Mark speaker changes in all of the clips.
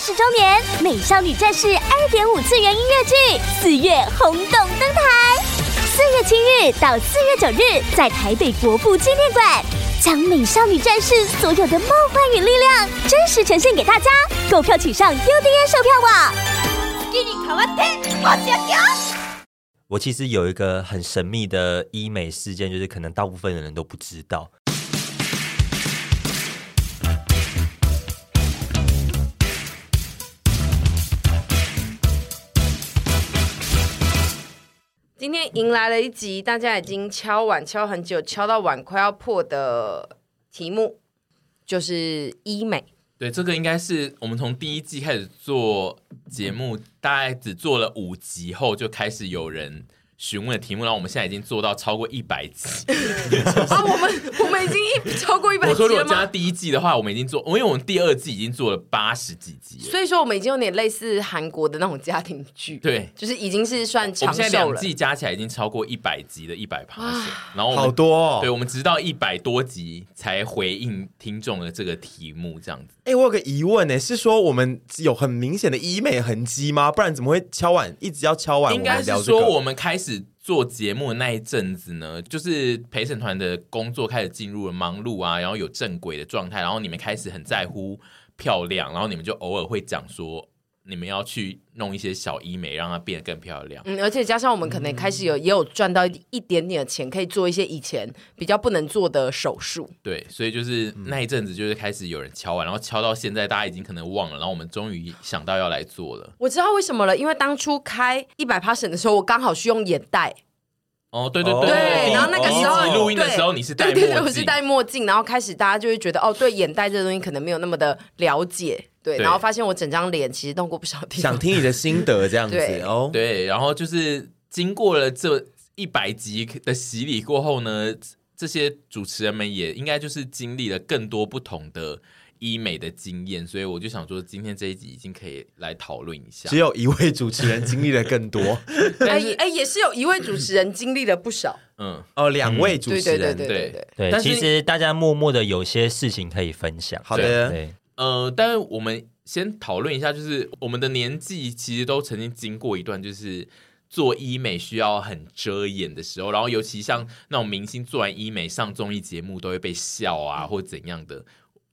Speaker 1: 十周年《美少女战士》二点五次元音乐剧四月轰动登台，四月七日到四月九日在台北国父纪念馆，将《美少女战士》所有的梦幻与力量真实呈现给大家。购票请上 UDN 售票网。
Speaker 2: 我其实有一个很神秘的医美事件，就是可能大部分的人都不知道。
Speaker 3: 今天迎来了一集大家已经敲碗敲很久，敲到碗快要破的题目，就是医 美。
Speaker 4: 对，这个应该是我们从第一季开始做节目，大概只做了五集后，就开始有人询问的题目，然后我们现在已经做到超过一百集。
Speaker 3: 啊，我们我们已经一超过一百
Speaker 4: 我
Speaker 3: 集
Speaker 4: 说如
Speaker 3: 了
Speaker 4: 果加
Speaker 3: 吗？
Speaker 4: 第一季的话，我们已经做，因为我们第二季已经做了八十几集了。
Speaker 3: 所以说我们已经有点类似韩国的那种家庭剧，
Speaker 4: 对
Speaker 3: 就是已经是算
Speaker 4: 我
Speaker 3: 长
Speaker 4: 们现在
Speaker 3: 寿
Speaker 4: 两
Speaker 3: 了。
Speaker 4: 季加起来已经超过一百集的一百趴然后我们
Speaker 5: 好多、哦。
Speaker 4: 对，我们直到一百多集才回应听众的这个题目，这样子。
Speaker 5: 哎、我有个疑问呢、是说我们有很明显的医美痕迹吗？不然怎么会敲碗一直要敲碗？
Speaker 4: 应该
Speaker 5: 们
Speaker 4: 是
Speaker 5: 聊这
Speaker 4: 说
Speaker 5: 个
Speaker 4: 我们开始做节目的那一阵子呢，就是陪审团的工作开始进入了忙碌啊，然后有正轨的状态，然后你们开始很在乎漂亮，然后你们就偶尔会讲说。你们要去弄一些小医美，让它变得更漂亮。
Speaker 3: 嗯，而且加上我们可能开始有、也有赚到一一点点的钱，可以做一些以前比较不能做的手术。
Speaker 4: 对，所以就是
Speaker 5: 嗯
Speaker 4: 那一阵子，就是开始有人敲完，然后敲到现在，大家已经可能忘了。然后我们终于想到要来做了。
Speaker 3: 我知道为什么了，因为当初开一百 p a s s 的时候，我刚好是用眼袋，
Speaker 4: 哦，对对
Speaker 5: 哦
Speaker 4: 对
Speaker 3: 对，然后那个时
Speaker 4: 第一
Speaker 3: 候
Speaker 4: 集录音的时候
Speaker 3: 对
Speaker 4: 你是戴
Speaker 3: 对对对，
Speaker 4: 墨
Speaker 3: 我是
Speaker 4: 镜，
Speaker 3: 戴墨镜，然后开始大家就会觉得哦，对眼袋这个东西可能没有那么的了解，对，
Speaker 4: 对
Speaker 3: 然后发现我整张脸其实动过不少地
Speaker 5: 想
Speaker 3: 方，
Speaker 5: 听你的心得这样 子
Speaker 3: 对
Speaker 5: 哦。
Speaker 4: 对，然后就是经过了这一百集的洗礼过后呢，这些主持人们也应该就是经历了更多不同的医美的经验，所以我就想说，今天这一集已经可以来讨论一下
Speaker 5: 只。有一位主持人经历了更多
Speaker 3: 哎哎，也是有一位主持人经历了不少，
Speaker 4: 嗯，
Speaker 5: 哦，两位主
Speaker 3: 对
Speaker 5: 持
Speaker 3: 对对
Speaker 5: 人。
Speaker 3: 对对对，
Speaker 2: 对，
Speaker 4: 但
Speaker 2: 其
Speaker 4: 是
Speaker 2: 实大家默默的有些事情可以分享。
Speaker 5: 好的，
Speaker 2: 对，
Speaker 4: 呃，但是我们先讨论一下，就是我们的年纪其实都曾经经过一段，就是做医美需要很遮掩的时候，然后尤其像那种明星做完医美上综艺节目都会被笑啊，或怎样的。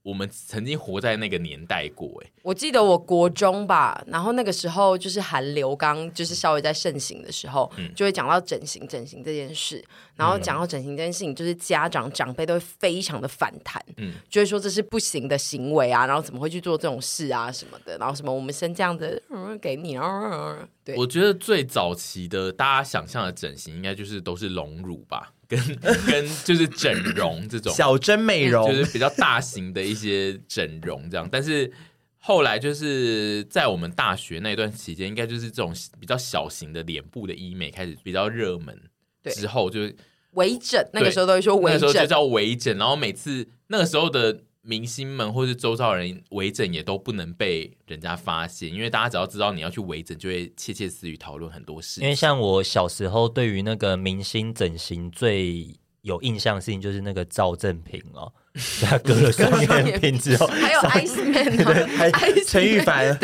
Speaker 4: 我们曾经活在那个年代过、哎，
Speaker 3: 我记得我国中吧，然后那个时候就是韩流刚就是稍微在盛行的时候，就会讲到整形整形这件事，然后讲到整形这件事情，就是家长长辈都会非常的反弹，
Speaker 4: 嗯
Speaker 3: 就会说这是不行的行为啊，然后怎么会去做这种事啊什么的，然后什么我们生这样子、嗯、给你啊，对，
Speaker 4: 我觉得最早期的大家想象的整形，应该就是都是隆乳吧，跟跟就是整容这种，
Speaker 5: 小真美容，
Speaker 4: 嗯就是比较大型的一些整容这样。但是后来就是在我们大学那段期间，应该就是这种比较小型的脸部的医美开始比较热门，
Speaker 3: 对
Speaker 4: 之后就是
Speaker 3: 微整那个时候都会说
Speaker 4: 那
Speaker 3: 微
Speaker 4: 个时候就
Speaker 3: 整，
Speaker 4: 叫微整，然后每次那个时候的。明星们或是周遭人微整也都不能被人家发现，因为大家只要知道你要去微整，就会窃窃私语讨论很多事情
Speaker 2: 因为像我小时候对于那个明星整形最有印象的事情，就是那个赵正平哦， 他割了双眼皮之 后，
Speaker 3: 还有 Ice Man 啊
Speaker 5: 还
Speaker 3: ，Ice
Speaker 5: 陈玉凡，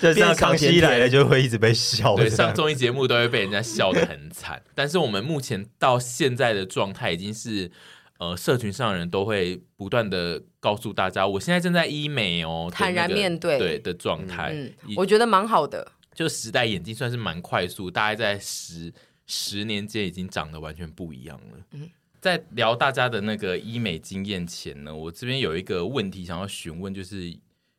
Speaker 2: 就
Speaker 5: 变
Speaker 2: 上
Speaker 5: 成
Speaker 2: 康熙来了就会一直被笑。
Speaker 4: 对，上综艺节目都会被人家笑得很惨。 但是我们目前到现在的状态已经是，呃，社群上的人都会不断的告诉大家，我现在正在医美哦，
Speaker 3: 坦然
Speaker 4: 的那个
Speaker 3: 面对
Speaker 4: 对的状态。
Speaker 3: 嗯，
Speaker 4: 已
Speaker 3: 我觉得蛮好的，
Speaker 4: 就时代演进算是蛮快速，大概在十十年间已经长得完全不一样了。嗯，在聊大家的那个医美经验前呢，我这边有一个问题想要询问，就是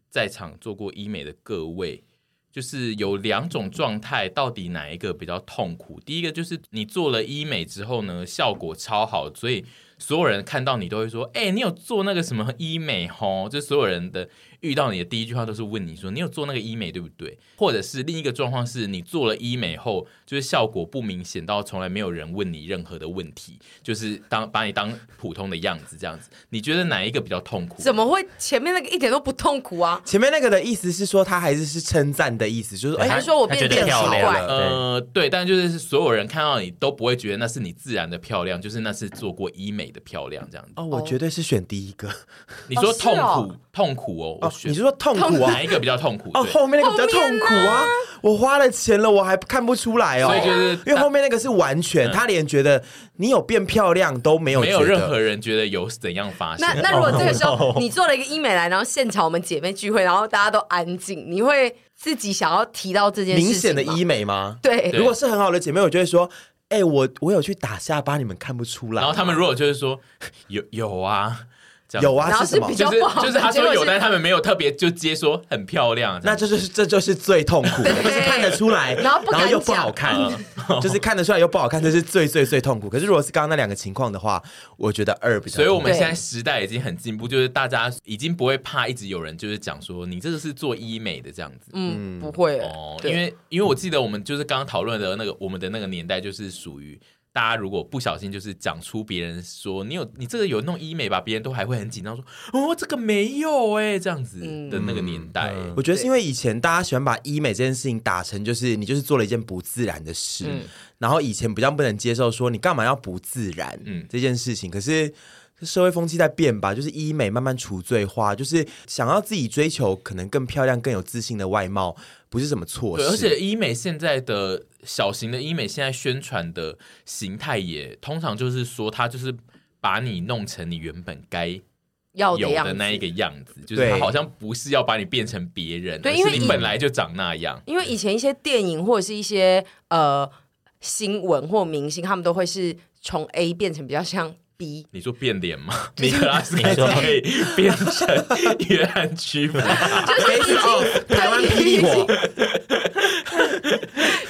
Speaker 4: 在场做过医美的各位，就是有两种状态，到底哪一个比较痛苦？第一个就是你做了医美之后呢，效果超好，所以所有人看到你都会说：“哎、你有做那个什么医美吼？”就所有人的遇到你的第一句话都是问你说：“你有做那个医美对不对？”或者是另一个状况是你做了医美后，就是效果不明显到从来没有人问你任何的问题，就是当把你当普通的样子这样子。你觉得哪一个比较痛苦？
Speaker 3: 怎么会前面那个一点都不痛苦啊？
Speaker 5: 前面那个的意思是说他还是是称赞的意思，就是
Speaker 3: 还
Speaker 5: 哎
Speaker 3: 是说我
Speaker 2: 他
Speaker 3: 变
Speaker 2: 觉
Speaker 3: 得
Speaker 2: 得嗯漂
Speaker 3: 奇
Speaker 2: 亮
Speaker 3: 怪？
Speaker 2: 了，对
Speaker 4: 呃，对，但就是所有人看到你都不会觉得那是你自然的漂亮，就是那是做过医美美的漂亮这样子。
Speaker 5: 哦，我绝对是选第一个。
Speaker 4: 你说
Speaker 3: 是
Speaker 4: 痛苦、
Speaker 3: 哦
Speaker 4: 痛苦哦，我
Speaker 5: 哦，
Speaker 4: 选、
Speaker 5: 你是说痛苦啊
Speaker 4: 哪？一个比较痛苦？
Speaker 5: 哦，
Speaker 4: 对
Speaker 5: 后面那个比较痛苦啊！我花了钱了，我还看不出来哦。
Speaker 4: 所以就是
Speaker 5: 因为后面那个是完全，
Speaker 4: 嗯
Speaker 5: 他连觉得你有变漂亮都没有觉
Speaker 4: 没
Speaker 5: 得，
Speaker 4: 有任何人觉得有怎样发现
Speaker 3: 那。那
Speaker 4: 哦
Speaker 3: 如果这个时候你做了一个医美来，然后现场我们姐妹聚会，然后大家都安静，你会自己想要提到这件事情
Speaker 5: 明显的
Speaker 3: 吗
Speaker 5: 医美吗？
Speaker 3: 对
Speaker 4: 对
Speaker 5: 如果是很好的姐妹，我就会说，哎、我我有去打下巴，你们看不出来。
Speaker 4: 然后他们如果就是说有有啊，这样
Speaker 5: 有啊，
Speaker 3: 然后
Speaker 5: 是什么
Speaker 3: 是比？较
Speaker 4: 就是
Speaker 3: 比较不好
Speaker 4: 就是他说
Speaker 3: 结
Speaker 4: 有，
Speaker 3: 果是
Speaker 4: 但是他们没有特别就接说很漂亮这
Speaker 5: 那
Speaker 4: 样。
Speaker 5: 这就是这就是最痛苦的，就是看得出来，
Speaker 3: 然后不敢
Speaker 5: 又不好看，
Speaker 4: 嗯
Speaker 5: 就是看得出来又不好看，这是最最最痛苦。可是如果是刚刚那两个情况的话，我觉得二比较
Speaker 4: 所
Speaker 5: 痛苦。
Speaker 4: 以我们
Speaker 3: 对
Speaker 4: 现在时代已经很进步，就是大家已经不会怕一直有人就是讲说你这个是做医美的这样子。
Speaker 3: 嗯，不会
Speaker 4: 哦，
Speaker 3: 对
Speaker 4: 因为因为我记得我们就是刚刚讨论的那个我们的那个年代，就是属于大家如果不小心就是讲出别人说你有你这个有弄医美吧，别人都还会很紧张说哦这个没有哎、这样子
Speaker 3: 嗯
Speaker 4: 的那个年代。
Speaker 5: 我觉得是因为以前大家喜欢把医美这件事情打成就是你就是做了一件不自然的事，
Speaker 3: 嗯
Speaker 5: 然后以前比较不能接受说你干嘛要不自然，
Speaker 4: 嗯
Speaker 5: 这件事情。可是社会风气在变吧，就是医美慢慢除罪化，就是想要自己追求可能更漂亮、更有自信的外貌，不是什么错
Speaker 4: 对，
Speaker 5: 事。
Speaker 4: 而且医美现在的小型的医美，现在宣传的形态也通常就是说，它就是把你弄成你原本该
Speaker 3: 要
Speaker 4: 有
Speaker 3: 哦样
Speaker 4: 的
Speaker 3: 子
Speaker 4: 那一个样子，就是
Speaker 5: 对
Speaker 4: 它好像不是要把你变成别人，
Speaker 3: 对
Speaker 4: 而
Speaker 3: 因为
Speaker 4: 是
Speaker 3: 以
Speaker 4: 你本来就长那样。
Speaker 3: 因为以前一些电影或者是一些呃新闻或明星，他们都会是从 A 变成比较像 B。
Speaker 4: 你说变脸吗？ 尼克拉斯凯奇可以变成约翰屈服，
Speaker 5: 没事哦，台湾霹雳火，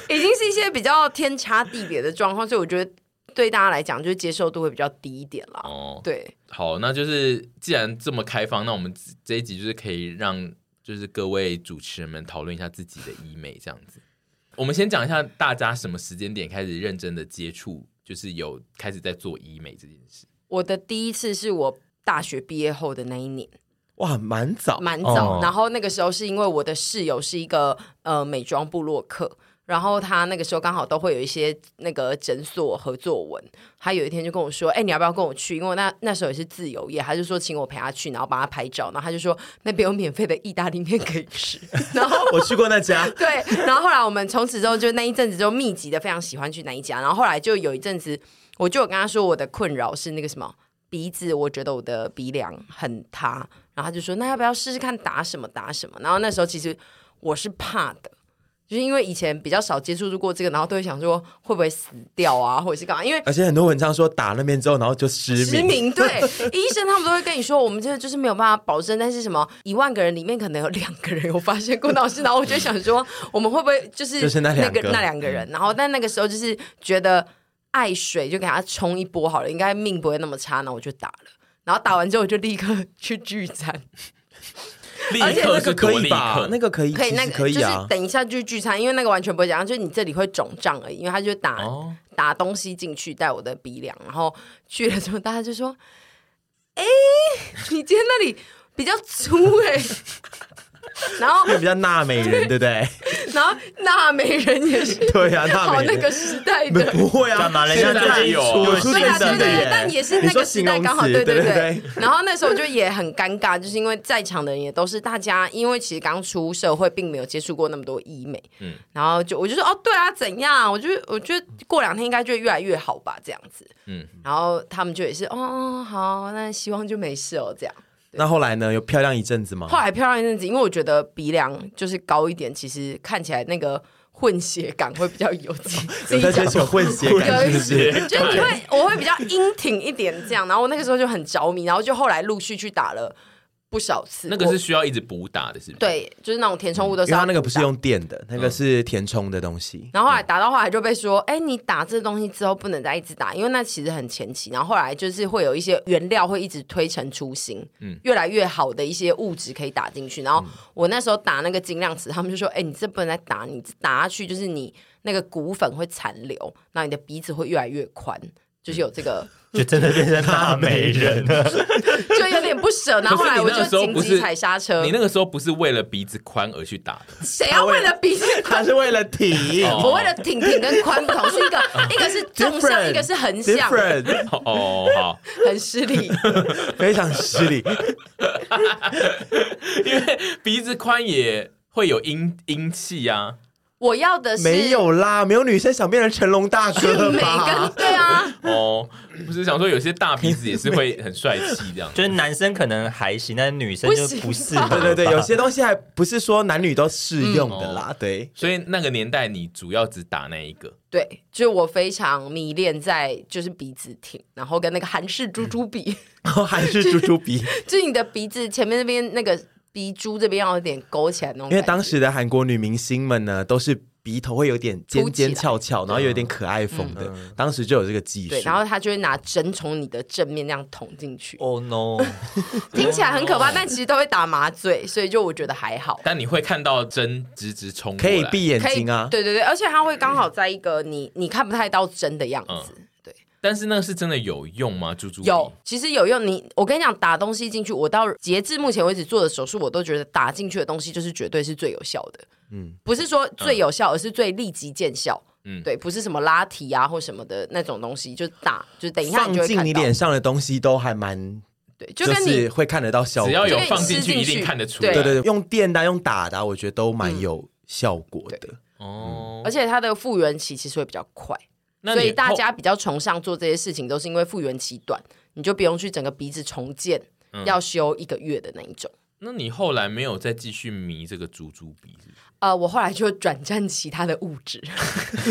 Speaker 3: 已经是一些比较天差地别的状况，所以我觉得对大家来讲，就是接受度会比较低一点啦。
Speaker 4: 哦，
Speaker 3: 对，
Speaker 4: 好，那就是既然这么开放，那我们这一集就是可以让就是各位主持人们讨论一下自己的医美这样子。我们先讲一下大家什么时间点开始认真的接触，就是有开始在做医美这件事。
Speaker 3: 我的第一次是我大学毕业后的那一年，
Speaker 5: 哇，蛮早，
Speaker 3: 蛮早。
Speaker 2: 哦
Speaker 3: 然后那个时候是因为我的室友是一个呃美妆部落客。然后他那个时候刚好都会有一些那个诊所合作文，他有一天就跟我说：“哎、你要不要跟我去？”因为我那那时候也是自由业，他就说请我陪他去，然后帮他拍照。然后他就说那边有免费的意大利面可以吃。 然后。
Speaker 5: 我去过那家
Speaker 3: 对，然后后来我们从此之后就那一阵子就密集的非常喜欢去那一家，然后后来就有一阵子，我就有跟他说我的困扰是那个什么鼻子，我觉得我的鼻梁很塌，然后他就说那要不要试试看打什么打什么，然后那时候其实我是怕的。就是因为以前比较少接触过这个，然后都会想说会不会死掉啊，或者是干嘛？因为
Speaker 5: 而且很多文章说打那边之后，然后就失
Speaker 3: 失
Speaker 5: 明，
Speaker 3: 明，对医生他们都会跟你说，我们这个就是没有办法保证，但是什么一万个人里面可能有两个人有发生过脑事，然后我就想说，我们会不会就是
Speaker 5: 就是那两个嗯
Speaker 3: 个那两个人？然后但那个时候就是觉得爱水就给他冲一波好了，应该命不会那么差，然后我就打了。然后打完之后，我就立刻去聚餐，
Speaker 4: 立
Speaker 3: 而且
Speaker 4: 刻
Speaker 5: 那
Speaker 4: 是
Speaker 5: 个
Speaker 4: 多
Speaker 5: 可
Speaker 4: 立
Speaker 5: 以吧
Speaker 4: 刻？，
Speaker 5: 那个可以，
Speaker 3: 可以
Speaker 5: 其
Speaker 3: 那
Speaker 5: 实
Speaker 3: 个
Speaker 5: 可以
Speaker 3: 就是
Speaker 5: 啊。
Speaker 3: 等一下就聚餐，因为那个完全不会讲，就是你这里会肿胀而已，因为他就打、
Speaker 4: 哦
Speaker 3: 打东西进去，带我的鼻梁，然后去了之后，大家就说：“哎、你今天那里比较粗 哎、然后
Speaker 5: 那个比较纳美人，对不对？
Speaker 3: 然后纳美人也是
Speaker 5: 对啊，纳
Speaker 3: 好
Speaker 5: 美
Speaker 3: 那
Speaker 5: 人
Speaker 3: 个时代
Speaker 5: 不
Speaker 3: 的。
Speaker 5: 不会啊，
Speaker 2: 干嘛人家
Speaker 5: 现在
Speaker 4: 最近
Speaker 5: 有
Speaker 4: 出
Speaker 5: 有出
Speaker 3: 对啊，
Speaker 5: 真
Speaker 3: 对对
Speaker 5: 的
Speaker 3: 对
Speaker 5: 耶，，
Speaker 3: 但也是那
Speaker 5: 你说
Speaker 3: 个时
Speaker 5: 形
Speaker 3: 代
Speaker 5: 容
Speaker 3: 刚好，
Speaker 5: 词
Speaker 3: 对
Speaker 5: 对
Speaker 3: 对。
Speaker 5: 对。
Speaker 3: 然后那时候就也很尴尬，就是因为在场的人也都是大家，因为其实刚出社会，并没有接触过那么多医美，嗯，然后就我就说哦，对啊，怎样？我就我觉得过两天应该就会越来越好吧，这样子，嗯
Speaker 4: 嗯。
Speaker 3: 然后他们就也是哦哦，好，那希望就没事哦，这样。
Speaker 5: 那后来呢？有漂亮一阵子吗
Speaker 3: 后？来漂亮一阵子，因为我觉得鼻梁就是高一点，其实看起来那个混血感会比较有。自
Speaker 5: 有
Speaker 3: 己
Speaker 5: 在
Speaker 3: 讲
Speaker 5: 追求混血感，
Speaker 3: 有
Speaker 5: 是
Speaker 3: 一
Speaker 5: 不是？
Speaker 3: 就你会，我会比较英挺一点这样，然后我那个时候就很着迷，然后就后来陆续去打了不少次。
Speaker 4: 那个是
Speaker 3: 我
Speaker 4: 需要一直补打的，是不是？，
Speaker 3: 对，就是那种填充物都是
Speaker 5: 因为
Speaker 3: 要
Speaker 5: 它啊那个
Speaker 3: 补
Speaker 5: 不是
Speaker 3: 打，
Speaker 5: 用电的，那个是填充的东西。
Speaker 3: 然后后来打到后来就被说，哎、你打这东西之后不能再一直打，因为那其实很前期。然后后来就是会有一些原料会一直推陈出新，嗯，越来越好的一些物质可以打进去。然
Speaker 5: 嗯
Speaker 3: 后我那时候打那个精亮词，他们就说，哎、你这不能再打，你打下去就是你那个骨粉会残留，那你的鼻子会越来越宽，就是有这个。
Speaker 2: 就真的变成大美人了。。
Speaker 3: 就有点不舍。然后后来我
Speaker 4: 可是
Speaker 3: 就
Speaker 4: 你那个时候
Speaker 3: 紧
Speaker 4: 不
Speaker 3: 急
Speaker 4: 是
Speaker 3: 踩刹车
Speaker 4: 你。那个时候不是为了鼻子宽而去打的，
Speaker 3: 谁要为了鼻子
Speaker 5: 他是为了体
Speaker 4: 哦
Speaker 3: 我为了挺挺跟宽不同，是 一个一个是纵向，
Speaker 5: ，different，
Speaker 3: 一个是横向，
Speaker 5: ，different，
Speaker 4: 哦，好，
Speaker 3: 很失 礼。
Speaker 5: 非常失礼。
Speaker 4: 因为鼻子宽也会有阴阴气啊。
Speaker 3: 我要的是
Speaker 5: 没有啦，没有女生想变成成龙大哥
Speaker 3: 美跟
Speaker 5: 吧？
Speaker 3: 对啊，
Speaker 4: 哦，不是想说有些大鼻子也是会很帅气这样
Speaker 2: 就是男生可能还行，但是女生
Speaker 3: 不
Speaker 2: 就
Speaker 3: 行
Speaker 2: 不适
Speaker 3: 吧
Speaker 2: 合。
Speaker 5: 对对对，有些东西还不是说男女都适用的
Speaker 3: 嗯哦
Speaker 5: 啦。对，
Speaker 4: 所以那个年代你主要只打那一个，
Speaker 3: 对，就我非常迷恋在就是鼻子挺，然后跟那个韩式猪猪 鼻，
Speaker 5: 然后还是猪猪 鼻，
Speaker 3: 就是你的鼻子前面那边那个鼻珠这边要有点勾起来那种感觉。
Speaker 5: 因为当时的韩国女明星们呢，都是鼻头会有点尖尖翘翘，然后有点可爱风的，当时就有这个技术
Speaker 3: 嗯对，。然后他就会拿针从你的正面那样捅进
Speaker 4: 哦
Speaker 3: 去，
Speaker 2: Oh no！
Speaker 3: 听起来很可怕，但其实都会打麻醉，所以就我觉得还好。
Speaker 4: 但你会看到针直直冲过
Speaker 5: 可以
Speaker 4: 来
Speaker 5: 闭眼
Speaker 3: 可以
Speaker 5: 睛啊，
Speaker 3: 对对对，而且它会刚好在一个你你看不太到针的样
Speaker 5: 嗯
Speaker 3: 子。对，
Speaker 4: 但是那个是真的有用吗？猪猪鼻
Speaker 3: 有，其实有用。你我跟你讲，打东西进去，我到截至目前为止做的手术，我都觉得打进去的东西就是绝对是最有效的。嗯，不是说最有效，而是最立即见效。嗯，对，不是什么拉提啊或什么的那种东西，就打，就等一下
Speaker 5: 放
Speaker 3: 你就会
Speaker 5: 进
Speaker 3: 看
Speaker 5: 你
Speaker 3: 到。
Speaker 5: 脸上的东西都还蛮，
Speaker 3: 对，就
Speaker 5: 就
Speaker 3: 跟
Speaker 5: 是
Speaker 3: 你
Speaker 5: 会看得到效果。
Speaker 4: 只要有
Speaker 3: 就可以
Speaker 4: 放进
Speaker 3: 吃
Speaker 4: 去
Speaker 3: 进
Speaker 4: 一定
Speaker 3: 去
Speaker 4: 看得出来。
Speaker 5: 对对对，用电的啊、用打的啊，我觉得都
Speaker 3: 嗯
Speaker 5: 蛮有效果 的。
Speaker 4: 哦，
Speaker 3: 而且它的复原期其实会比较快，
Speaker 4: 那
Speaker 3: 嗯所以
Speaker 4: 你
Speaker 3: 大
Speaker 4: 后
Speaker 3: 家比较崇尚做这些事情，都是因为复原期短，你就不用去整个鼻子重建，
Speaker 5: 嗯
Speaker 3: 要修一个月的那一种。
Speaker 4: 那你后来没有再继续迷这个猪猪鼻是不是
Speaker 3: 呃，我后来就转战其他的物质，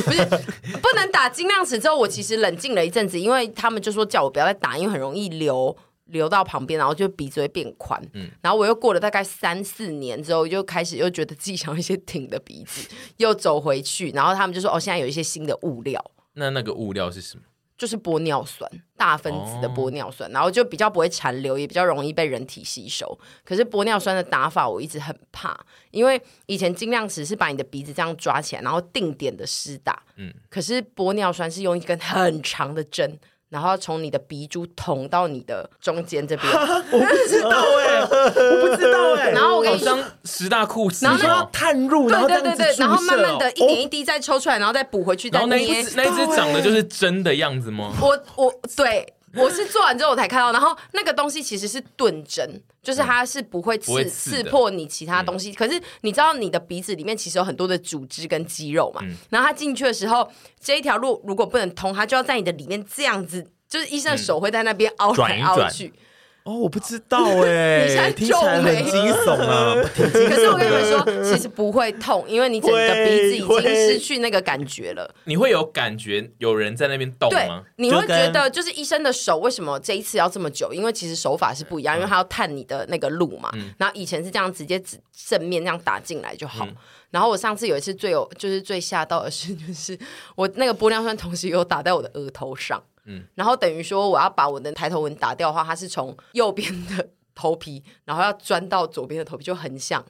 Speaker 3: 不是不能打精量尺之后，我其实冷静了一阵子，因为他们就说叫我不要再打，因为很容易流流到旁边，然后就鼻子会变宽。然后我又过了大概三四年之后，又开始又觉得自己想要一些挺的鼻子，又走回去，然后他们就说哦，现在有一些新的物料。
Speaker 4: 那那个物料是什么？
Speaker 3: 就是玻尿酸，大分子的
Speaker 4: 哦
Speaker 3: 玻尿酸，然后就比较不会残留，也比较容易被人体吸收。可是玻尿酸的打法我一直很怕，因为以前精量尺是把你的鼻子这样抓起来，然后定点的施打，嗯，可是玻尿酸是用一根很长的针。然后从你的鼻珠捅到你的中间这边，
Speaker 5: 知道哎，我不知道哎
Speaker 3: 然后我跟
Speaker 4: 好
Speaker 3: 你说，
Speaker 4: 像十大酷刑
Speaker 3: 然后
Speaker 5: 你说要
Speaker 4: 哦。
Speaker 5: 探入，然
Speaker 3: 对
Speaker 5: 后这
Speaker 3: 对对
Speaker 5: 样子
Speaker 3: 对，
Speaker 5: 注
Speaker 3: 然后
Speaker 5: 射
Speaker 3: 慢慢的
Speaker 5: 哦
Speaker 3: 一点一滴再抽出来，然后再补回去，
Speaker 4: 然
Speaker 3: 再
Speaker 4: 后那一
Speaker 3: 捏
Speaker 4: 只那一只长得就是真的样子吗？
Speaker 3: 我我对我是做完之后我才看到，然后那个东西其实是钝针，就是它是不会
Speaker 4: 不会
Speaker 3: 刺
Speaker 4: 刺的
Speaker 3: 刺破你其他东西。可是你知道你的鼻子里面其实有很多的组织跟肌肉嘛，然后它进去的时候，这一条路如果不能通，它就要在你的里面这样子，就是医生的手会在那边凹
Speaker 2: 转
Speaker 3: 来
Speaker 2: 一
Speaker 3: 凹
Speaker 2: 转
Speaker 3: 去。
Speaker 5: 哦，我不知道哎，
Speaker 3: 现在
Speaker 5: 听起来
Speaker 3: 皱
Speaker 5: 很
Speaker 3: 眉
Speaker 5: 惊悚啊， 挺惊
Speaker 3: 可是我跟你们说，其实不会痛，因为你整个鼻子已
Speaker 5: 会
Speaker 3: 经
Speaker 5: 会
Speaker 3: 失去那个感觉了。
Speaker 4: 你会有感觉有人在那边动
Speaker 3: 对
Speaker 4: 吗？，
Speaker 3: 你会
Speaker 2: 就跟
Speaker 3: 觉得就是医生的手为什么这一次要这么久？因为其实手法是不一样，因
Speaker 4: 嗯
Speaker 3: 为他要探你的那个路嘛。然后以前是这样直接直正面这样打进来就好。
Speaker 4: 嗯
Speaker 3: 然后我上次有一次最有就是最吓到的是，就是我那个玻尿酸同时有打在我的额头上，嗯，然后等于说我要把我的抬头纹打掉的话，它是从右边的。头皮，然后要钻到左边的头皮，就很像，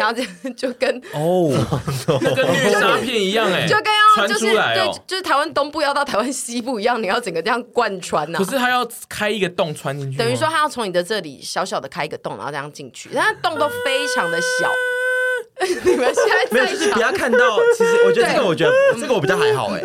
Speaker 3: 然后这样就跟
Speaker 5: 哦，
Speaker 4: 那跟虐杀片一样哎，
Speaker 3: 就跟要
Speaker 4: 穿
Speaker 3: 就是
Speaker 4: 出来
Speaker 3: 对
Speaker 4: 哦，。
Speaker 3: 就是台湾东部要到台湾西部一样，你要整个这样贯穿啊呐、
Speaker 4: 可是他要开一个洞穿进去吗，
Speaker 3: 等于说他要从你的这里小小的开一个洞，然后这样进去，但它洞都非常的小。 你们现
Speaker 5: 没有，
Speaker 3: 在在
Speaker 5: 就是
Speaker 3: 想
Speaker 5: 不，要看到。其实我觉得这
Speaker 3: 对
Speaker 5: 个，我觉得这个我比较还好哎，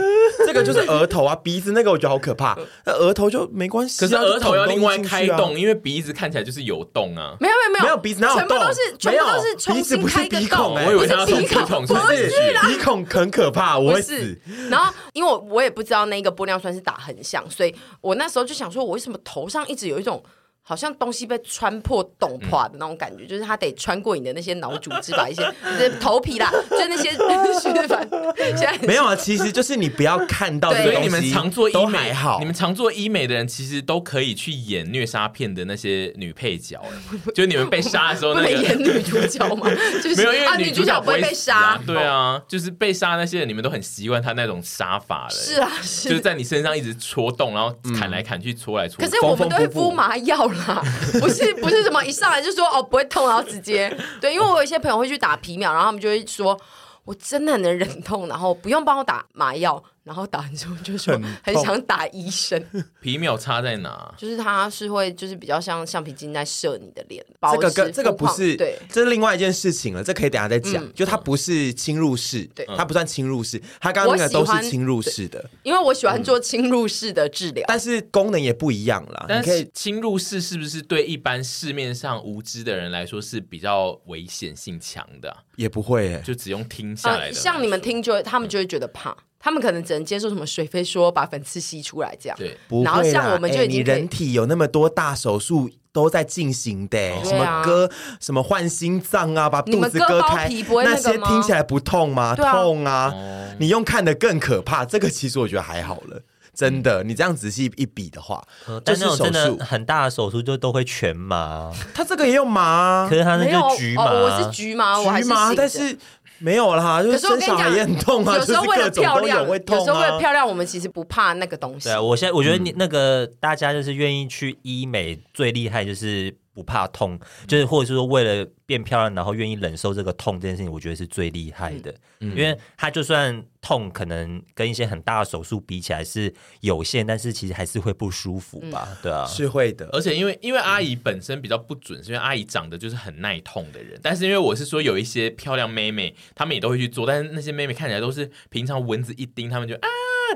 Speaker 5: 这个就是额头啊、鼻子那个，我觉得好可怕。那额头就没关系
Speaker 4: 可
Speaker 5: 啊，
Speaker 4: 是额头要
Speaker 5: 就捅
Speaker 4: 另外
Speaker 5: 进去啊
Speaker 4: 开洞，。因为鼻子看起来就是有洞啊。
Speaker 3: 没有没有
Speaker 5: 没有鼻子哪有
Speaker 3: 全部都
Speaker 5: 洞
Speaker 3: 是全部
Speaker 5: 没
Speaker 3: 都
Speaker 5: 有
Speaker 3: 是欸重
Speaker 5: 鼻子
Speaker 3: 新
Speaker 5: 不是
Speaker 3: 开一个
Speaker 5: 鼻孔
Speaker 3: 洞，
Speaker 5: 哎
Speaker 4: 我以为
Speaker 3: 不
Speaker 4: 他
Speaker 3: 是
Speaker 4: 要从鼻 孔
Speaker 3: 不
Speaker 4: 穿进
Speaker 3: 是
Speaker 4: 去，
Speaker 5: 鼻孔很可怕，我
Speaker 3: 不
Speaker 5: 会
Speaker 3: 是
Speaker 5: 死。，
Speaker 3: 然后因为我我也不知道那个玻尿酸是打很像，所以我那时候就想说，我为什么头上一直有一种好像东西被穿破、洞破啊的那种感觉？ 就是它得穿过你的那些脑组织，把一些就是头皮啦，就是那些 是吧？ 现在
Speaker 5: 没有啊，其实就是你不要看到这个
Speaker 4: 所
Speaker 5: 东
Speaker 4: 以
Speaker 5: 西，
Speaker 4: 你们常做医
Speaker 5: 都
Speaker 4: 美
Speaker 5: 还好，
Speaker 4: 你们常做医美的人其实都可以去演虐杀片的那些女配角，哎就你们被杀的时候
Speaker 3: 不
Speaker 4: 那
Speaker 3: 能演
Speaker 4: 个。
Speaker 3: 女主角 嘛，就是
Speaker 4: 没有，因
Speaker 3: 啊，
Speaker 4: 为
Speaker 3: 女
Speaker 4: 主
Speaker 3: 角
Speaker 4: 不会
Speaker 3: 被
Speaker 4: 死啊
Speaker 3: 杀，
Speaker 4: 对啊，就是被杀那些人，你们都很习惯他那种杀法了。哎
Speaker 3: 是啊，
Speaker 4: 就是是在你身上一直戳洞，然后砍来砍去，戳来戳
Speaker 3: 嗯可
Speaker 4: 去。
Speaker 3: 是我们
Speaker 5: 缝
Speaker 3: 都
Speaker 5: 缝
Speaker 3: 会
Speaker 5: 补补
Speaker 3: 敷麻药 啦，不是不是什么一上来就说哦不会痛，然后直接对，因为我有一些朋友会去打皮秒，然后他们就会说，我真的很能忍痛，然后不用帮我打麻药，然后打完之后就说
Speaker 5: 很痛
Speaker 3: 很想打医生，
Speaker 4: 皮秒差在哪？
Speaker 3: 就是它是会就是比较像橡皮筋在射你的脸，保
Speaker 5: 这个
Speaker 3: 持
Speaker 5: 跟这个
Speaker 3: 肤
Speaker 5: 不
Speaker 3: 况
Speaker 5: 是，
Speaker 3: 对，
Speaker 5: 这是另外一件事情了，这可以等一下再讲。
Speaker 3: 嗯
Speaker 5: 就它不是侵入式，
Speaker 3: 对
Speaker 5: 它不算侵入式，它刚刚那个都
Speaker 3: 我喜欢
Speaker 5: 是侵入式的，
Speaker 3: 因为我喜欢做侵入式的治疗。
Speaker 5: 但是功能也不一样啦。
Speaker 4: 但
Speaker 5: 你可以
Speaker 4: 是侵入式是不是对一般市面上无知的人来说是比较危险性强的啊、
Speaker 5: 也不会、欸，
Speaker 4: 就只用听下来的来
Speaker 3: 呃，
Speaker 4: 说、
Speaker 3: 像你们听就会，他们就会觉得怕，他们可能只能接受什么水飞说把粉刺吸出来这样。
Speaker 4: 对，
Speaker 5: 不会
Speaker 3: 然后
Speaker 5: 啦
Speaker 3: 像我们就
Speaker 5: 欸
Speaker 3: 已
Speaker 5: 你
Speaker 3: 经可以
Speaker 5: 人体有那么多大手术都在进行的欸、
Speaker 4: 哦
Speaker 5: 什
Speaker 3: 对
Speaker 5: 么
Speaker 3: 啊
Speaker 5: 割、什么换心脏啊，把
Speaker 3: 你
Speaker 5: 肚
Speaker 3: 们
Speaker 5: 子
Speaker 3: 割包
Speaker 5: 开，
Speaker 3: 皮不会那个
Speaker 5: 些
Speaker 3: 吗
Speaker 5: 听起来不痛吗？
Speaker 3: 对啊
Speaker 5: 痛啊！
Speaker 4: 哦
Speaker 5: 你用看的更可怕，这个其实我觉得还好了。真的，
Speaker 4: 嗯
Speaker 5: 你这样仔细一比的话，
Speaker 2: 呃
Speaker 5: 就
Speaker 2: 但
Speaker 5: 是
Speaker 2: 那种
Speaker 5: 手
Speaker 2: 真
Speaker 5: 术
Speaker 2: 的，很大的手术就都会全麻，
Speaker 5: 它这个也有麻啊，
Speaker 2: 可是他那
Speaker 3: 没有
Speaker 2: 就局麻，
Speaker 3: 哦，我是局麻，我还
Speaker 5: 局
Speaker 3: 是
Speaker 5: 麻
Speaker 3: 醒着
Speaker 5: 但是没有啦，就是
Speaker 3: 可是我跟
Speaker 5: 生
Speaker 3: 你
Speaker 5: 小孩
Speaker 3: 讲，
Speaker 5: 也很痛啊，
Speaker 3: 有时候
Speaker 5: 就是
Speaker 3: 为了
Speaker 5: 各种
Speaker 3: 漂
Speaker 5: 都有
Speaker 3: 亮，
Speaker 5: 会痛啊。
Speaker 3: 有时候为了漂亮，我们其实不怕那个东西
Speaker 2: 对。啊，我现在我觉
Speaker 5: 嗯
Speaker 2: 得你那个大家就是愿意去医美最厉害就是不怕痛，
Speaker 5: 嗯
Speaker 2: 就是或者是说为了变漂亮，然后愿意忍受这个痛这件事情，我觉得是最厉害的。
Speaker 5: 嗯
Speaker 2: 因为它就算痛，可能跟一些很大的手术比起来是有限，但是其实还是会不舒服吧？对啊，
Speaker 5: 嗯是会的，
Speaker 4: 而且因为因为阿姨本身比较不准，是因为阿姨长得就是很耐痛的人。但是因为我是说有一些漂亮妹妹，她们也都会去做，但是那些妹妹看起来都是平常蚊子一叮，她们就啊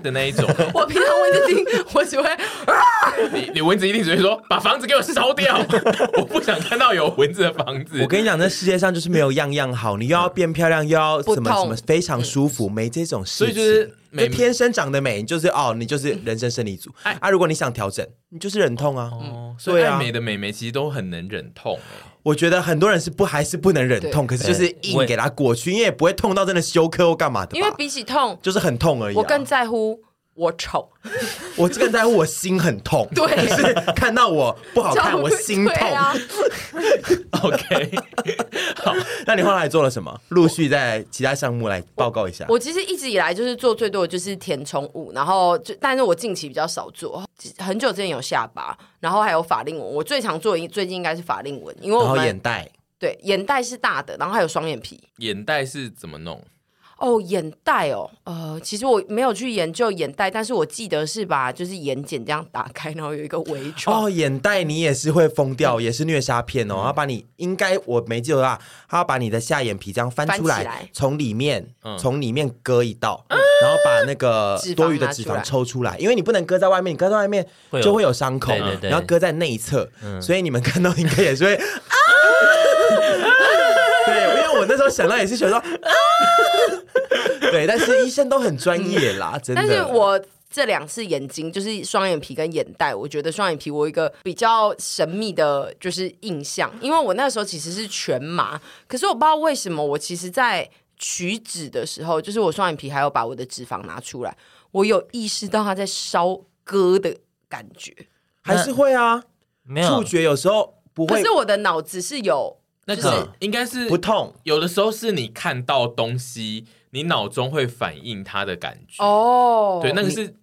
Speaker 4: 的那一种。
Speaker 3: 我平常蚊子叮，我只会
Speaker 4: 你你蚊子一定只会说把房子给我烧掉， 我不想看到有蚊子的房子。
Speaker 5: 我跟你讲，这世界上就是没有样样好，你又要变漂亮，又要
Speaker 3: 不
Speaker 5: 什么
Speaker 3: 痛
Speaker 5: 什么非常舒服，
Speaker 3: 嗯
Speaker 5: 没这种事情。
Speaker 4: 所以就是
Speaker 5: 就
Speaker 4: 美
Speaker 5: 天生长得美，你就是哦，你就是人生胜利组
Speaker 4: 哎
Speaker 5: 啊！如果你想调整，你就是忍痛啊。
Speaker 4: 哦，所以
Speaker 5: 对啊
Speaker 4: 爱美的美眉其实都很能忍痛、欸。
Speaker 5: 我觉得很多人是不还是不能忍痛，可是就是硬给它过去，因为也不会痛到真的休克或干嘛的吧。
Speaker 3: 因为比起痛，
Speaker 5: 就是很痛而已啊、
Speaker 3: 我更在乎我丑。
Speaker 5: 我更在乎我心很痛，
Speaker 3: 对啊
Speaker 5: 就是看到我 不好看，我心痛。
Speaker 3: 对啊，
Speaker 4: OK，
Speaker 5: 那你后来做了什么？陆续在其他项目来报告一下。
Speaker 3: 我其实一直以来就是做最多的就是填充物，然后就但是我近期比较少做，很久之前有下巴，然后还有法令纹，我最常做的最近应该是法令纹，因为
Speaker 5: 然
Speaker 3: 我
Speaker 5: 后眼
Speaker 3: 们
Speaker 5: 袋，
Speaker 3: 对眼袋是大的，然后还有双眼皮。
Speaker 4: 眼袋是怎么弄？
Speaker 3: 哦，眼袋哦，呃，其实我没有去研究眼袋，但是我记得是把就是眼睑这样打开，然后有一个微创。
Speaker 5: 哦，眼袋你也是会疯掉，也是虐杀片哦。他把你应该我没记错啊，他要把你的下眼皮这样翻出
Speaker 3: 翻起来
Speaker 5: 从里面
Speaker 4: 嗯
Speaker 5: 从里面割一道，然后把那个
Speaker 3: 脂肪
Speaker 5: 多余的
Speaker 3: 拿
Speaker 5: 脂
Speaker 3: 出
Speaker 5: 肪
Speaker 3: 来
Speaker 5: 抽出来，因为你不能割在外面，你割在外面
Speaker 2: 会有
Speaker 5: 就会有伤口，
Speaker 2: 对对对
Speaker 5: 然后割在内侧，所以你们看到应该也 是会啊。对，因为我那时候想到也是想说啊，对，但是医生都很专业啦，真的。
Speaker 3: 但是我这两次眼睛就是双眼皮跟眼袋，我觉得双眼皮我有一个比较神秘的就是印象，因为我那时候其实是全麻，可是我不知道为什么，我其实在取脂的时候，就是我双眼皮还有把我的脂肪拿出来，我有意识到它在烧割的感觉，
Speaker 5: 还是会啊，
Speaker 2: 没
Speaker 5: 触
Speaker 2: 有
Speaker 5: 觉有时候不
Speaker 3: 可
Speaker 5: 会
Speaker 3: 是我的脑子是有。
Speaker 4: 那
Speaker 3: 就是
Speaker 4: 个应该是
Speaker 5: 不痛。
Speaker 4: 有的时候是你看到东西，你脑中会反映它的感觉。，
Speaker 3: 哦，
Speaker 4: 对，那个是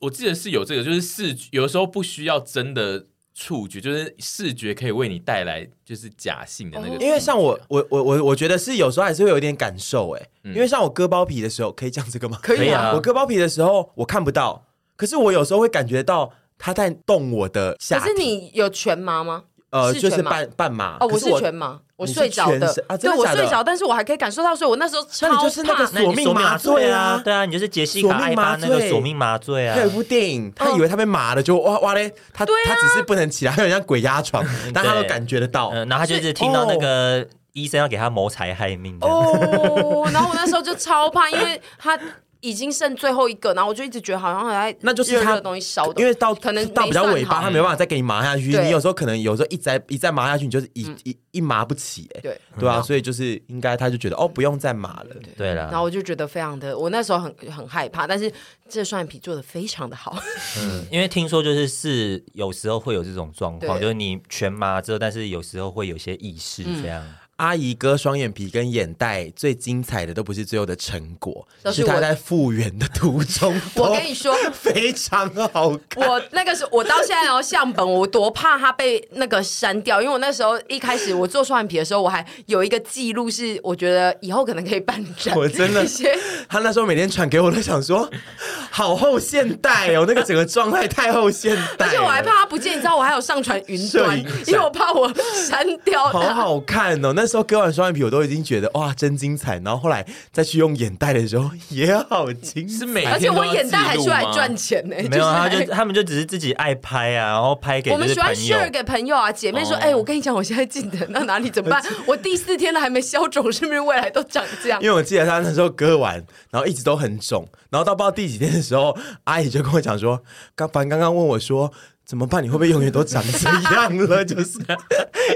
Speaker 4: 我记得是有这个，就是视觉，有的时候不需要真的触觉，就是视觉可以为你带来就是假性的那个
Speaker 3: 哦
Speaker 4: 感觉。
Speaker 5: 因为像我，
Speaker 2: 啊
Speaker 5: 我我我我觉得是有时候还是会有一点感受哎、因为像我割包皮的时候，可以讲这个吗？
Speaker 3: 可
Speaker 2: 嗯可以啊
Speaker 5: 我割包皮的时候我看不到，可是我有时候会感觉到它在动我的下
Speaker 3: 可
Speaker 5: 体。
Speaker 3: 是你有全麻吗？
Speaker 5: 呃，
Speaker 3: 是
Speaker 5: 就
Speaker 3: 全
Speaker 5: 是
Speaker 3: 麻
Speaker 5: 半半麻
Speaker 3: 哦，
Speaker 5: 可
Speaker 3: 我
Speaker 5: 是
Speaker 3: 是全麻，我睡着
Speaker 5: 你是全身
Speaker 3: 的，
Speaker 5: 啊真
Speaker 3: 对
Speaker 5: 的
Speaker 3: 我
Speaker 5: 假的
Speaker 3: 睡着，但是我还可以感受到，所以我那时候超
Speaker 5: 那
Speaker 3: 怕。
Speaker 5: 你就是那个
Speaker 2: 那你
Speaker 5: 索命麻醉
Speaker 2: 醉
Speaker 5: 啊
Speaker 2: 对啊，你就是杰西
Speaker 5: 索
Speaker 2: 卡
Speaker 5: 命
Speaker 2: 艾
Speaker 5: 麻
Speaker 2: 巴那个
Speaker 5: 醉
Speaker 2: 索命麻醉啊
Speaker 5: 还，有一部电影，他以为他被麻了，就哇哇嘞，他
Speaker 3: 嗯对啊
Speaker 5: 他只是不能起来，有点像鬼压床，但他都
Speaker 2: 嗯对
Speaker 5: 感觉得到。
Speaker 2: 嗯，然后他就是听到那
Speaker 5: 哦
Speaker 2: 个医生要给他谋财害命这样，
Speaker 3: 哦，然后我那时候就超怕，因为他已经剩最后一个，然后我就一直觉得好像还在
Speaker 5: 那就是
Speaker 3: 热热
Speaker 5: 他
Speaker 3: 的东西烧的，
Speaker 5: 因为到
Speaker 3: 可能
Speaker 5: 到比较
Speaker 3: 没算
Speaker 5: 尾巴，
Speaker 3: 好
Speaker 5: 他没办法再给你麻下去。
Speaker 3: 对嗯
Speaker 5: 你有时候可能有时候一再一再麻下去，你就是一、一一麻不起、哎，
Speaker 3: 对。
Speaker 5: 对啊，所以就是应该他就觉得哦，不用再麻了。
Speaker 2: 对
Speaker 3: 然后
Speaker 2: 啦，
Speaker 3: 我就觉得非常的，我那时候很很害怕，但是这双眼皮做的非常的 好，
Speaker 2: 因为听说就是是有时候会有这种状况，
Speaker 3: 对
Speaker 2: 就是你全麻之后，但是有时候会有些意识这样。
Speaker 3: 嗯
Speaker 5: 阿姨割双眼皮跟眼袋最精彩的都不是最后的成果，
Speaker 3: 都是
Speaker 5: 是她
Speaker 3: 我。
Speaker 5: 在复原的途中
Speaker 3: 我
Speaker 5: 哦
Speaker 3: 跟你说，
Speaker 5: 非常好看，
Speaker 3: 我那个时候，我到现在哦，相本我多怕它被那个删掉，因为我那时候一开始我做双眼皮的时候，我还有一个记录是，我觉得以后可能可以办展，
Speaker 5: 我真的
Speaker 3: 一些
Speaker 5: 她那时候每天传给我都想说，好后现代哦，那个整个状态太后现代了，
Speaker 3: 而且我还怕它不见，你知道我还有上传云端
Speaker 5: 摄影，
Speaker 3: 因为我怕我删掉
Speaker 5: 好
Speaker 3: 它。
Speaker 5: 好看哦！那时候割完双眼皮，我都已经觉得哇，真精彩。然后后来再去用眼袋的时候，也好精彩。
Speaker 4: 是每
Speaker 3: 而且
Speaker 4: 天都
Speaker 3: 我
Speaker 4: 要
Speaker 3: 眼袋还
Speaker 4: 记录
Speaker 3: 出来
Speaker 4: 吗
Speaker 3: 赚钱呢、
Speaker 2: 没有，啊
Speaker 3: 是
Speaker 2: 他
Speaker 3: 还
Speaker 2: 就他们就只是自己爱拍啊，然后拍给
Speaker 3: 我
Speaker 2: 就
Speaker 3: 们
Speaker 2: 是
Speaker 3: 喜欢
Speaker 2: 朋友
Speaker 3: share 给朋友啊，姐妹说：“
Speaker 2: 哦
Speaker 3: 哎、我跟你讲，我现在进展到哪里怎么办？我第四天了还没消肿，是不是未来都长这样
Speaker 5: 因为我记得他那时候割完，然后一直都很肿，然后到不知道第几天的时候，阿姨就跟我讲说，刚反正刚刚问我说。怎么办？你会不会永远都长这样了？ 就是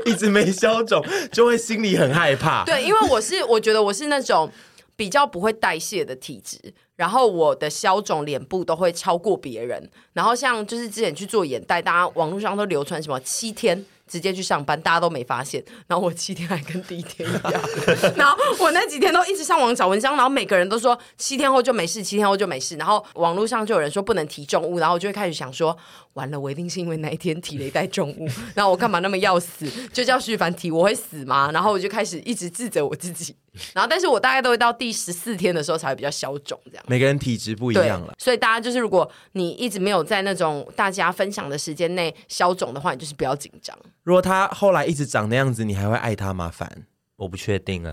Speaker 5: 一直没消肿，就会心里很害？”怕。
Speaker 3: 对，因为我是我觉得我是那种比较不会代谢的体质，然后我的消肿脸部都会超过别人。然后像就是之前去做眼袋，大家网络上都流传什么七天。直接去上班，大家都没发现。然后我七天还跟第一天一样。 然后我那几天都一直上网找文章，然后每个人都说七天后就没事，七天后就没事。然后网络上就有人说不能提重物，然后我就会开始想说，完了，我一定是因为那一天提了一袋重物，然后我干嘛那么要死？就叫徐凡提，我会死吗？然后我就开始一直自责我自己。然后，但是我大概都会到第十四天的时候才会比较消肿，这样。
Speaker 5: 每个人体质不一
Speaker 3: 对
Speaker 5: 样了，，
Speaker 3: 所以大家就是，如果你一直没有在那种大家分享的时间内消肿的话，你就是不要紧张。
Speaker 5: 如果他后来一直长那样子，你还会爱他吗？ 烦？
Speaker 2: 我不确定啊，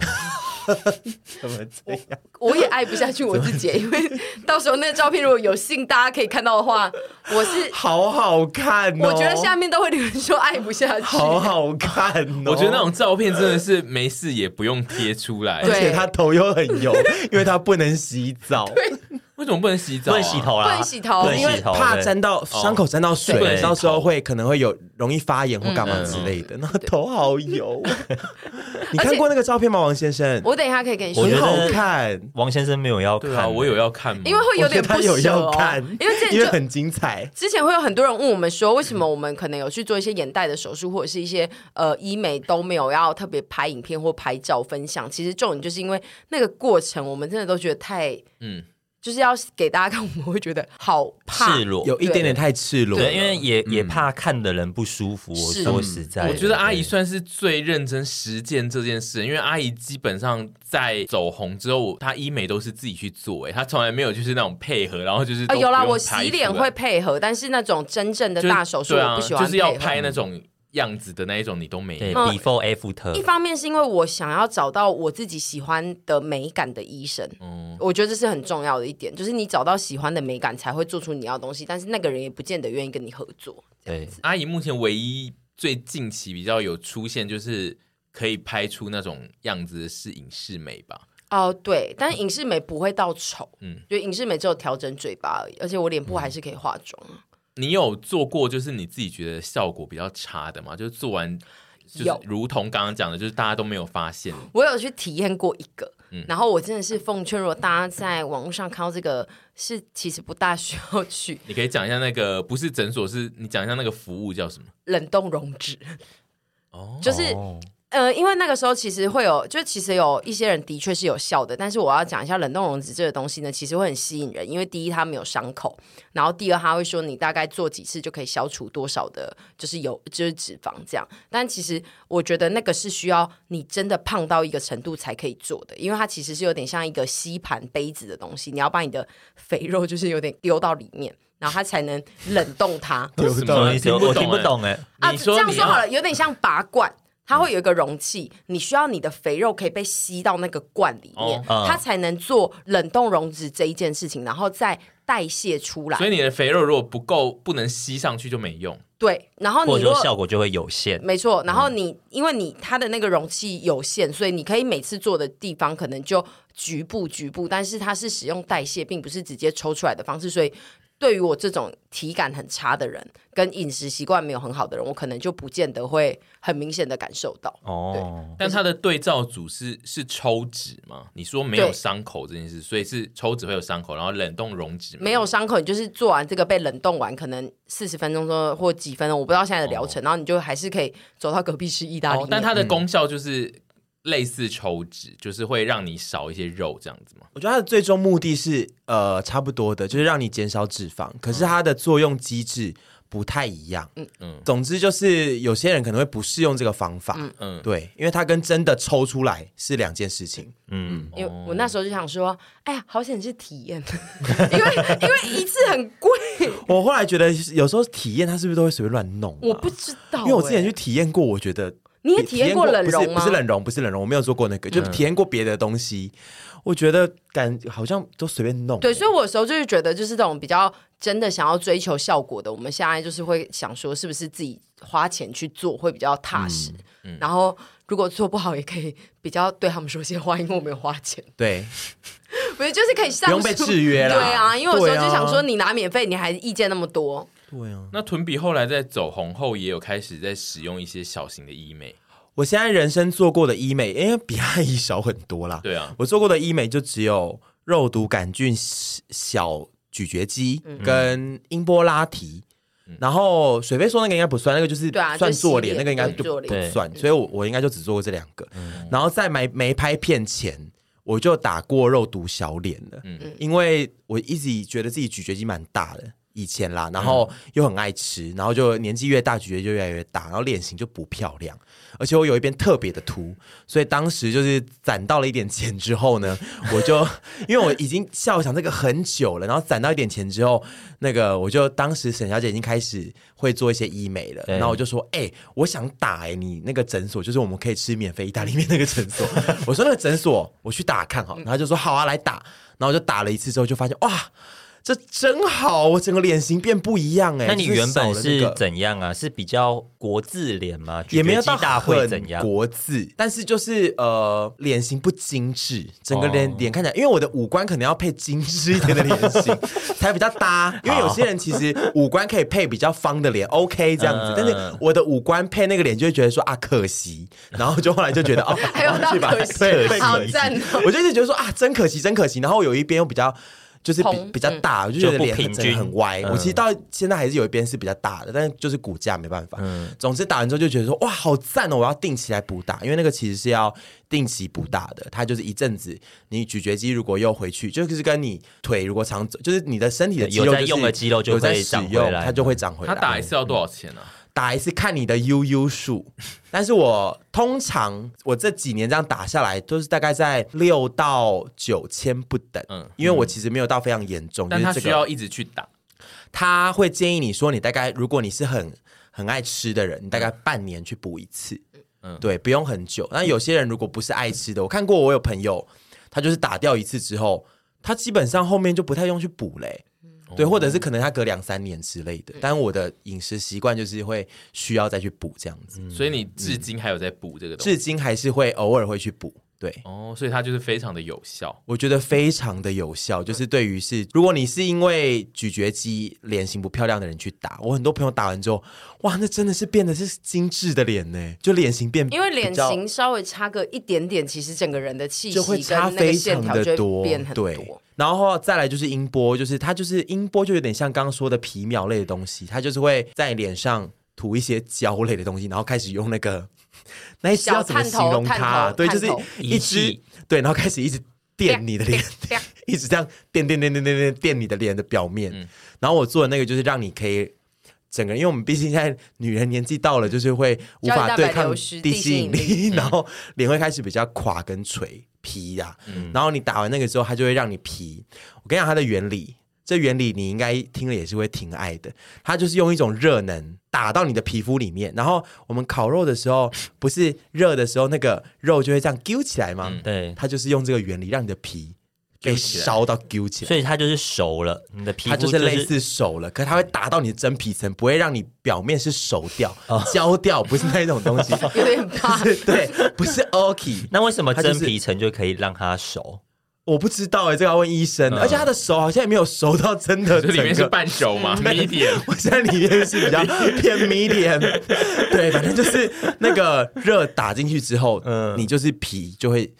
Speaker 5: 怎么这样？
Speaker 3: 我也爱不下去我自己，因为到时候那个照片如果有幸大家可以看到的话，我是
Speaker 5: 好好看哦！
Speaker 3: 我觉得下面都会有人说爱不下去。
Speaker 5: 好好看哦！
Speaker 4: 我觉得那种照片真的是没事也不用贴出来。
Speaker 5: 而
Speaker 3: 对
Speaker 5: 且他头又很 油，因为他不能洗澡，
Speaker 4: 为什么不能洗澡、
Speaker 2: 不
Speaker 4: 啊？
Speaker 2: 能洗。头
Speaker 3: 不
Speaker 2: 啦，
Speaker 3: 能洗头
Speaker 2: 不能
Speaker 5: 哦因为
Speaker 2: 洗头，
Speaker 5: 怕
Speaker 2: 对
Speaker 5: 沾到伤口沾到水，
Speaker 2: 对
Speaker 5: 到时候会可能会有容易发炎或干嘛
Speaker 4: 嗯
Speaker 5: 之类的。那头好油， 你看过那个照片吗，王先生？
Speaker 3: 我等一下可以跟你说
Speaker 2: 我觉
Speaker 5: 很
Speaker 2: 得。
Speaker 5: 好看，
Speaker 2: 王先生没有要看
Speaker 4: 对
Speaker 2: 欸，
Speaker 4: 啊，我有要看吗？
Speaker 3: 因为会有点
Speaker 5: 我觉得他
Speaker 3: 不
Speaker 5: 有
Speaker 3: 舍
Speaker 5: 要
Speaker 3: 哦
Speaker 5: 看，，
Speaker 3: 因为之前
Speaker 5: 因
Speaker 3: 就
Speaker 5: 为很精彩。
Speaker 3: 之前会有很多人问我们说，为什么我们可能有去做一些眼袋的手术，或者是一些呃医美都没有要特别拍影片或拍照分享？其实重点就是因为那个过程，我们真的都觉得太
Speaker 4: 嗯，
Speaker 3: 就是要给大家看，我们会觉得好怕哦
Speaker 2: 赤。裸，
Speaker 5: 有一点点太赤裸了，
Speaker 2: 对，因为也也怕看的人不舒服。我
Speaker 3: 是
Speaker 2: 说实在的，
Speaker 4: 嗯我觉得阿姨
Speaker 2: 哎对
Speaker 4: 算是最认真实践这件事，因为阿姨基本上在走红之后，她医美都是自己去做、哎，她从来没有就是那种配合，然后就是
Speaker 3: 啊，
Speaker 4: 都
Speaker 3: 有啦，
Speaker 4: 不
Speaker 3: 我
Speaker 4: 用拍
Speaker 3: 洗
Speaker 4: 出
Speaker 3: 脸
Speaker 4: 来
Speaker 3: 会配合，但是那种真正的
Speaker 4: 就是
Speaker 3: 大手术，
Speaker 4: 对
Speaker 3: 我
Speaker 4: 啊，
Speaker 3: 不喜欢、
Speaker 4: 就是要
Speaker 3: 配合
Speaker 4: 拍那种样子的那一种，你都没
Speaker 2: 对
Speaker 4: 有。
Speaker 3: 嗯
Speaker 2: before after，
Speaker 3: 一方面是因为我想要找到我自己喜欢的美感的医生，
Speaker 4: 嗯
Speaker 3: 我觉得这是很重要的一点，就是你找到喜欢的美感才会做出你要的东西，但是那个人也不见得愿意跟你合作。
Speaker 2: 对，
Speaker 4: 阿姨目前唯一最近期比较有出现，就是可以拍出那种样子的是影视美吧？
Speaker 3: 哦，对，但是影视美不会到丑，
Speaker 4: 嗯
Speaker 3: 嗯，就影视美只有调整嘴巴而已，而且我脸部还是可以化妆。
Speaker 4: 你有做过就是你自己觉得效果比较差的吗？就是做完。就是
Speaker 3: 有
Speaker 4: 如同刚刚讲的，就是大家都没有发现，
Speaker 3: 我有去体验过一个，嗯然后我真的是奉劝，如果大家在网络上看到这个，是其实不大需要去
Speaker 4: 你可以讲一下那个不是诊所，是你讲一下那个服务叫什么？
Speaker 3: 冷冻溶脂，
Speaker 4: 哦
Speaker 3: 就是。呃，因为那个时候其实会有，就其实有一些人的确是有效的，但是我要讲一下冷冻溶脂这个东西呢，其实会很吸引人，因为第一它没有伤口，然后第二它会说你大概做几次就可以消除多少的，就是有就是脂肪这样。但其实我觉得那个是需要你真的胖到一个程度才可以做的，因为它其实是有点像一个吸盘杯子的东西，你要把你的肥肉就是有点丢到里面，然后它才能冷冻它。
Speaker 5: 有
Speaker 4: 什
Speaker 2: 什
Speaker 4: 么
Speaker 2: 么意思？我听不。懂哎，
Speaker 3: 啊，
Speaker 4: 欸你
Speaker 3: 这
Speaker 4: 说
Speaker 3: 样
Speaker 4: 你
Speaker 3: 说
Speaker 4: 要
Speaker 3: 好了，有点像拔罐。它会有一个容器，你需要你的肥肉可以被吸到那个罐里面，
Speaker 2: 哦嗯
Speaker 3: 它才能做冷冻溶脂这一件事情，然后再代谢出来
Speaker 4: 啊所。以你的肥肉如果不够，不能吸上去就没用。
Speaker 3: 对，然后
Speaker 2: 或
Speaker 3: 你
Speaker 2: 者
Speaker 3: 如
Speaker 2: 说
Speaker 3: 果
Speaker 2: 效果就会有限。
Speaker 3: 没错，然后你、因为你它的那个容器有限，所以你可以每次做的地方可能就局部局部，但是它是使用代谢，并不是直接抽出来的方式，所以。对于我这种体感很差的人，跟饮食习惯没有很好的人，我可能就不见得会很明显的感受到。
Speaker 2: 哦，
Speaker 4: 但它的对照组是是抽脂吗？你说没有伤口这件事，所以是抽脂会有伤口，然后冷冻溶脂吗
Speaker 3: 没有伤口，你就是做完这个被冷冻完，可能四十分钟钟或几分钟，我不知道现在的疗程，然后你就还是可以走到隔壁吃意大利
Speaker 4: 哦
Speaker 3: 面。，
Speaker 4: 但它的
Speaker 2: 嗯
Speaker 4: 功效就是类似抽脂，就是会让你少一些肉这样子嘛。
Speaker 5: 我觉得它的最终目的是呃差不多的，就是让你减少脂肪，可是它的作用机制不太一样。嗯
Speaker 4: 嗯
Speaker 5: 嗯，总之就是有些人可能会不适用这个方法。
Speaker 4: 嗯，
Speaker 5: 对，因为它跟真的抽出来是两件事情。
Speaker 2: 嗯，
Speaker 3: 因为我那时候就想说，哎呀，好险是体验，因为因为一次很贵，
Speaker 5: 我后来觉得有时候体验它是不是都会随便乱弄啊、
Speaker 3: 我不知道、
Speaker 5: 因为我之前
Speaker 3: 哎
Speaker 5: 去体验过，我觉得
Speaker 3: 你也体验过冷
Speaker 5: 不
Speaker 3: 融
Speaker 5: 是
Speaker 3: 吗嗯
Speaker 5: 不是冷融，不是冷融，我没有做过那个，就体验过别的东西。我觉得感好像都随便弄。
Speaker 3: 对，所以我有时候就是觉得，就是这种比较真的想要追求效果的，我们现在就是会想说，是不是自己花钱去做会比较踏实。然后如果做不好，也可以比较对他们说些话，因为我没有花钱，
Speaker 5: 对，
Speaker 3: 不是就是可以上
Speaker 5: 不用被制约啦
Speaker 3: 对啊，因为有时
Speaker 5: 对
Speaker 3: 候
Speaker 5: 啊
Speaker 3: 就想说，你拿免费，你还意见那么多，
Speaker 5: 对啊。
Speaker 4: 那屯比后来在走红后，也有开始在使用一些小型的医美，
Speaker 5: 我现在人生做过的医美，因为比阿姨少很多啦。
Speaker 4: 对啊，
Speaker 5: 我做过的医美就只有肉毒杆菌小咀嚼肌
Speaker 3: 嗯
Speaker 5: 跟音波拉提。然后水飞说那个应该不算，那个就是
Speaker 3: 对啊
Speaker 5: 算
Speaker 3: 就洗
Speaker 5: 做脸，
Speaker 3: 脸
Speaker 5: 那个应该就
Speaker 3: 对做
Speaker 5: 不
Speaker 3: 脸
Speaker 5: 算，所以我我应该就只做过这两个。然后在没没拍片前，我就打过肉毒小脸了，因为我一直觉得自己咀嚼肌蛮大的，以前啦，然后又很爱吃，然后就年纪越大咀嚼就越来越大，然后脸型就不漂亮，而且我有一边特别的凸，所以当时就是攒到了一点钱之后呢，我就因为我已经笑想这个很久了，然后攒到一点钱之后，那个我就当时沈小姐已经开始会做一些医美了，
Speaker 2: 对
Speaker 5: 然后我就说，哎、我想打哎、你那个诊所就是我们可以吃免费意大利面那个诊所， 我说那个诊所我去打看好，
Speaker 2: 嗯
Speaker 5: 然后她就说好啊来打，然后我就打了一次之后就发现哇。这真好，我整个脸型变不一样哎、
Speaker 2: 那你
Speaker 5: 就是
Speaker 2: 原本
Speaker 5: 少了那
Speaker 2: 是
Speaker 5: 个
Speaker 2: 怎样啊？是比较国字脸吗？
Speaker 5: 也没有
Speaker 2: 咀嚼
Speaker 5: 到
Speaker 2: 肌大会
Speaker 5: 很
Speaker 2: 怎样？
Speaker 5: 国字，但是就是呃，脸型不精致，整个脸、
Speaker 2: 哦
Speaker 5: 脸看起来，因为我的五官可能要配精致一点的脸 型才比较搭，因为有些人其实五官可以配比较方的脸，OK 这样子，
Speaker 2: 嗯
Speaker 5: 但是我的五官配那个脸就会觉得说啊可 惜，然后就后来就觉得哦，
Speaker 3: 还有到
Speaker 5: 去吧
Speaker 3: 可惜
Speaker 5: 对对
Speaker 3: 好
Speaker 5: 可惜
Speaker 3: 赞哦
Speaker 5: 我就一直觉得说啊真可惜真可惜，然后有一边又比较。就是比
Speaker 3: 红嗯
Speaker 5: 比较大，我就觉得
Speaker 2: 就不
Speaker 5: 脸
Speaker 2: 平
Speaker 5: 整个
Speaker 2: 均嗯
Speaker 5: 很歪。我其实到现在还是有一边是比较大的，但是就是骨架没办法。
Speaker 2: 嗯
Speaker 5: 总之打完之后就觉得说，哇，好赞哦！我要定期来补打，因为那个其实是要定期补打的。它就是一阵子，你咀嚼肌如果又回去，就是跟你腿如果常走，就是你的身体的肌肉、
Speaker 2: 有
Speaker 5: 就
Speaker 2: 在
Speaker 5: 是、
Speaker 2: 用的肌肉就
Speaker 5: 有在
Speaker 2: 会
Speaker 5: 使
Speaker 2: 长回
Speaker 5: 用，
Speaker 2: 来嗯
Speaker 5: 它就会长回
Speaker 2: 啊
Speaker 5: 来。
Speaker 4: 他打一次要哦多少钱呢、啊？
Speaker 5: 打一次看你的 UU 数，但是我通常我这几年这样打下来都是大概在六到九千不等，
Speaker 4: 嗯
Speaker 5: 嗯，因为我其实没有到非常严重，
Speaker 4: 但
Speaker 5: 因
Speaker 4: 他
Speaker 5: 为这
Speaker 4: 需
Speaker 5: 个
Speaker 4: 要一直去打，
Speaker 5: 他会建议你说，你大概如果你是很很爱吃的人，你大概半年去补一次，
Speaker 4: 嗯
Speaker 5: 对，不用很久。那有些人如果不是爱吃的，我看过我有朋友，他就是打掉一次之后，他基本上后面就不太用去补嘞、对，或者是可能他隔两三年之类的，但我的饮食习惯就是会需要再去补这样子，
Speaker 4: 所以你至今还有在补这个东西。
Speaker 5: 嗯至今还是会偶尔会去补。对，
Speaker 4: 哦，所以它就是非常的有 效。
Speaker 5: 我觉得非常的有效，就是对于是，如果你是因为咀嚼肌脸型不漂亮的人去打，我很多朋友打完之后，哇，那真的是变得是精致的脸呢，就脸型变，
Speaker 3: 因为脸
Speaker 5: 比较
Speaker 3: 型稍微差个一点点，其实整个人的气息
Speaker 5: 就会
Speaker 3: 跟
Speaker 5: 差
Speaker 3: 那个
Speaker 5: 非
Speaker 3: 线
Speaker 5: 常
Speaker 3: 条
Speaker 5: 的
Speaker 3: 就
Speaker 5: 多，
Speaker 3: 会变很多。
Speaker 5: 对。然后再来就是音波，就是它就是音波，就有点像刚刚说的皮秒类的东西，它就是会在脸上涂一些胶类的东西，然后开始用那个 那一只
Speaker 3: 小
Speaker 5: 要怎么
Speaker 3: 探
Speaker 5: 形
Speaker 3: 头
Speaker 5: 容
Speaker 3: 探
Speaker 5: 它啊？
Speaker 3: 头
Speaker 5: 对，
Speaker 3: 探
Speaker 5: 就是
Speaker 3: 头
Speaker 5: 一
Speaker 2: 仪
Speaker 5: 只
Speaker 2: 器
Speaker 5: 对，然后开始一直电你的脸， 一直这样电电电电电电电你的脸的表面。
Speaker 2: 嗯
Speaker 5: 然后我做的那个就是让你可以整个人，因为我们毕竟现在女人年纪到了，就是会无
Speaker 3: 胶原
Speaker 5: 法
Speaker 3: 蛋白
Speaker 5: 对抗
Speaker 3: 流失 地
Speaker 5: 地吸
Speaker 3: 心
Speaker 5: 引
Speaker 3: 引
Speaker 5: 力，然后脸会开始比较垮跟垂皮呀、然后你打完那个之后，它就会让你皮。我跟你讲它的原理。这原理你应该听了也是会挺爱的，它就是用一种热能打到你的皮肤里面，然后我们烤肉的时候，不是热的时候那个肉就会这样揪起来吗？
Speaker 4: 嗯
Speaker 2: 对，
Speaker 5: 它就是用这个原理让你的皮被
Speaker 4: 揪起来
Speaker 5: 烧到揪起来，
Speaker 2: 所以它就是熟了，你的皮
Speaker 5: 它
Speaker 2: 肤
Speaker 5: 就是类似手了，可它会打到你的真皮层，不会让你表面是熟掉、焦掉，不是那种东西，
Speaker 3: 有点怕，
Speaker 5: 是对，不是 OK。
Speaker 2: 那为什么
Speaker 5: 它就
Speaker 2: 真
Speaker 5: 是
Speaker 2: 皮层就可以让它熟？
Speaker 5: 我不知道哎、这个要问医生。而且他的手好像也没有熟到真的
Speaker 4: 这
Speaker 5: 整
Speaker 4: 里面是
Speaker 5: 个。
Speaker 4: 半熟吗？medium。
Speaker 5: 我现在里面是比较偏 medium，对，反正就是那个热打进去之后，
Speaker 2: 嗯
Speaker 5: 你就是皮就会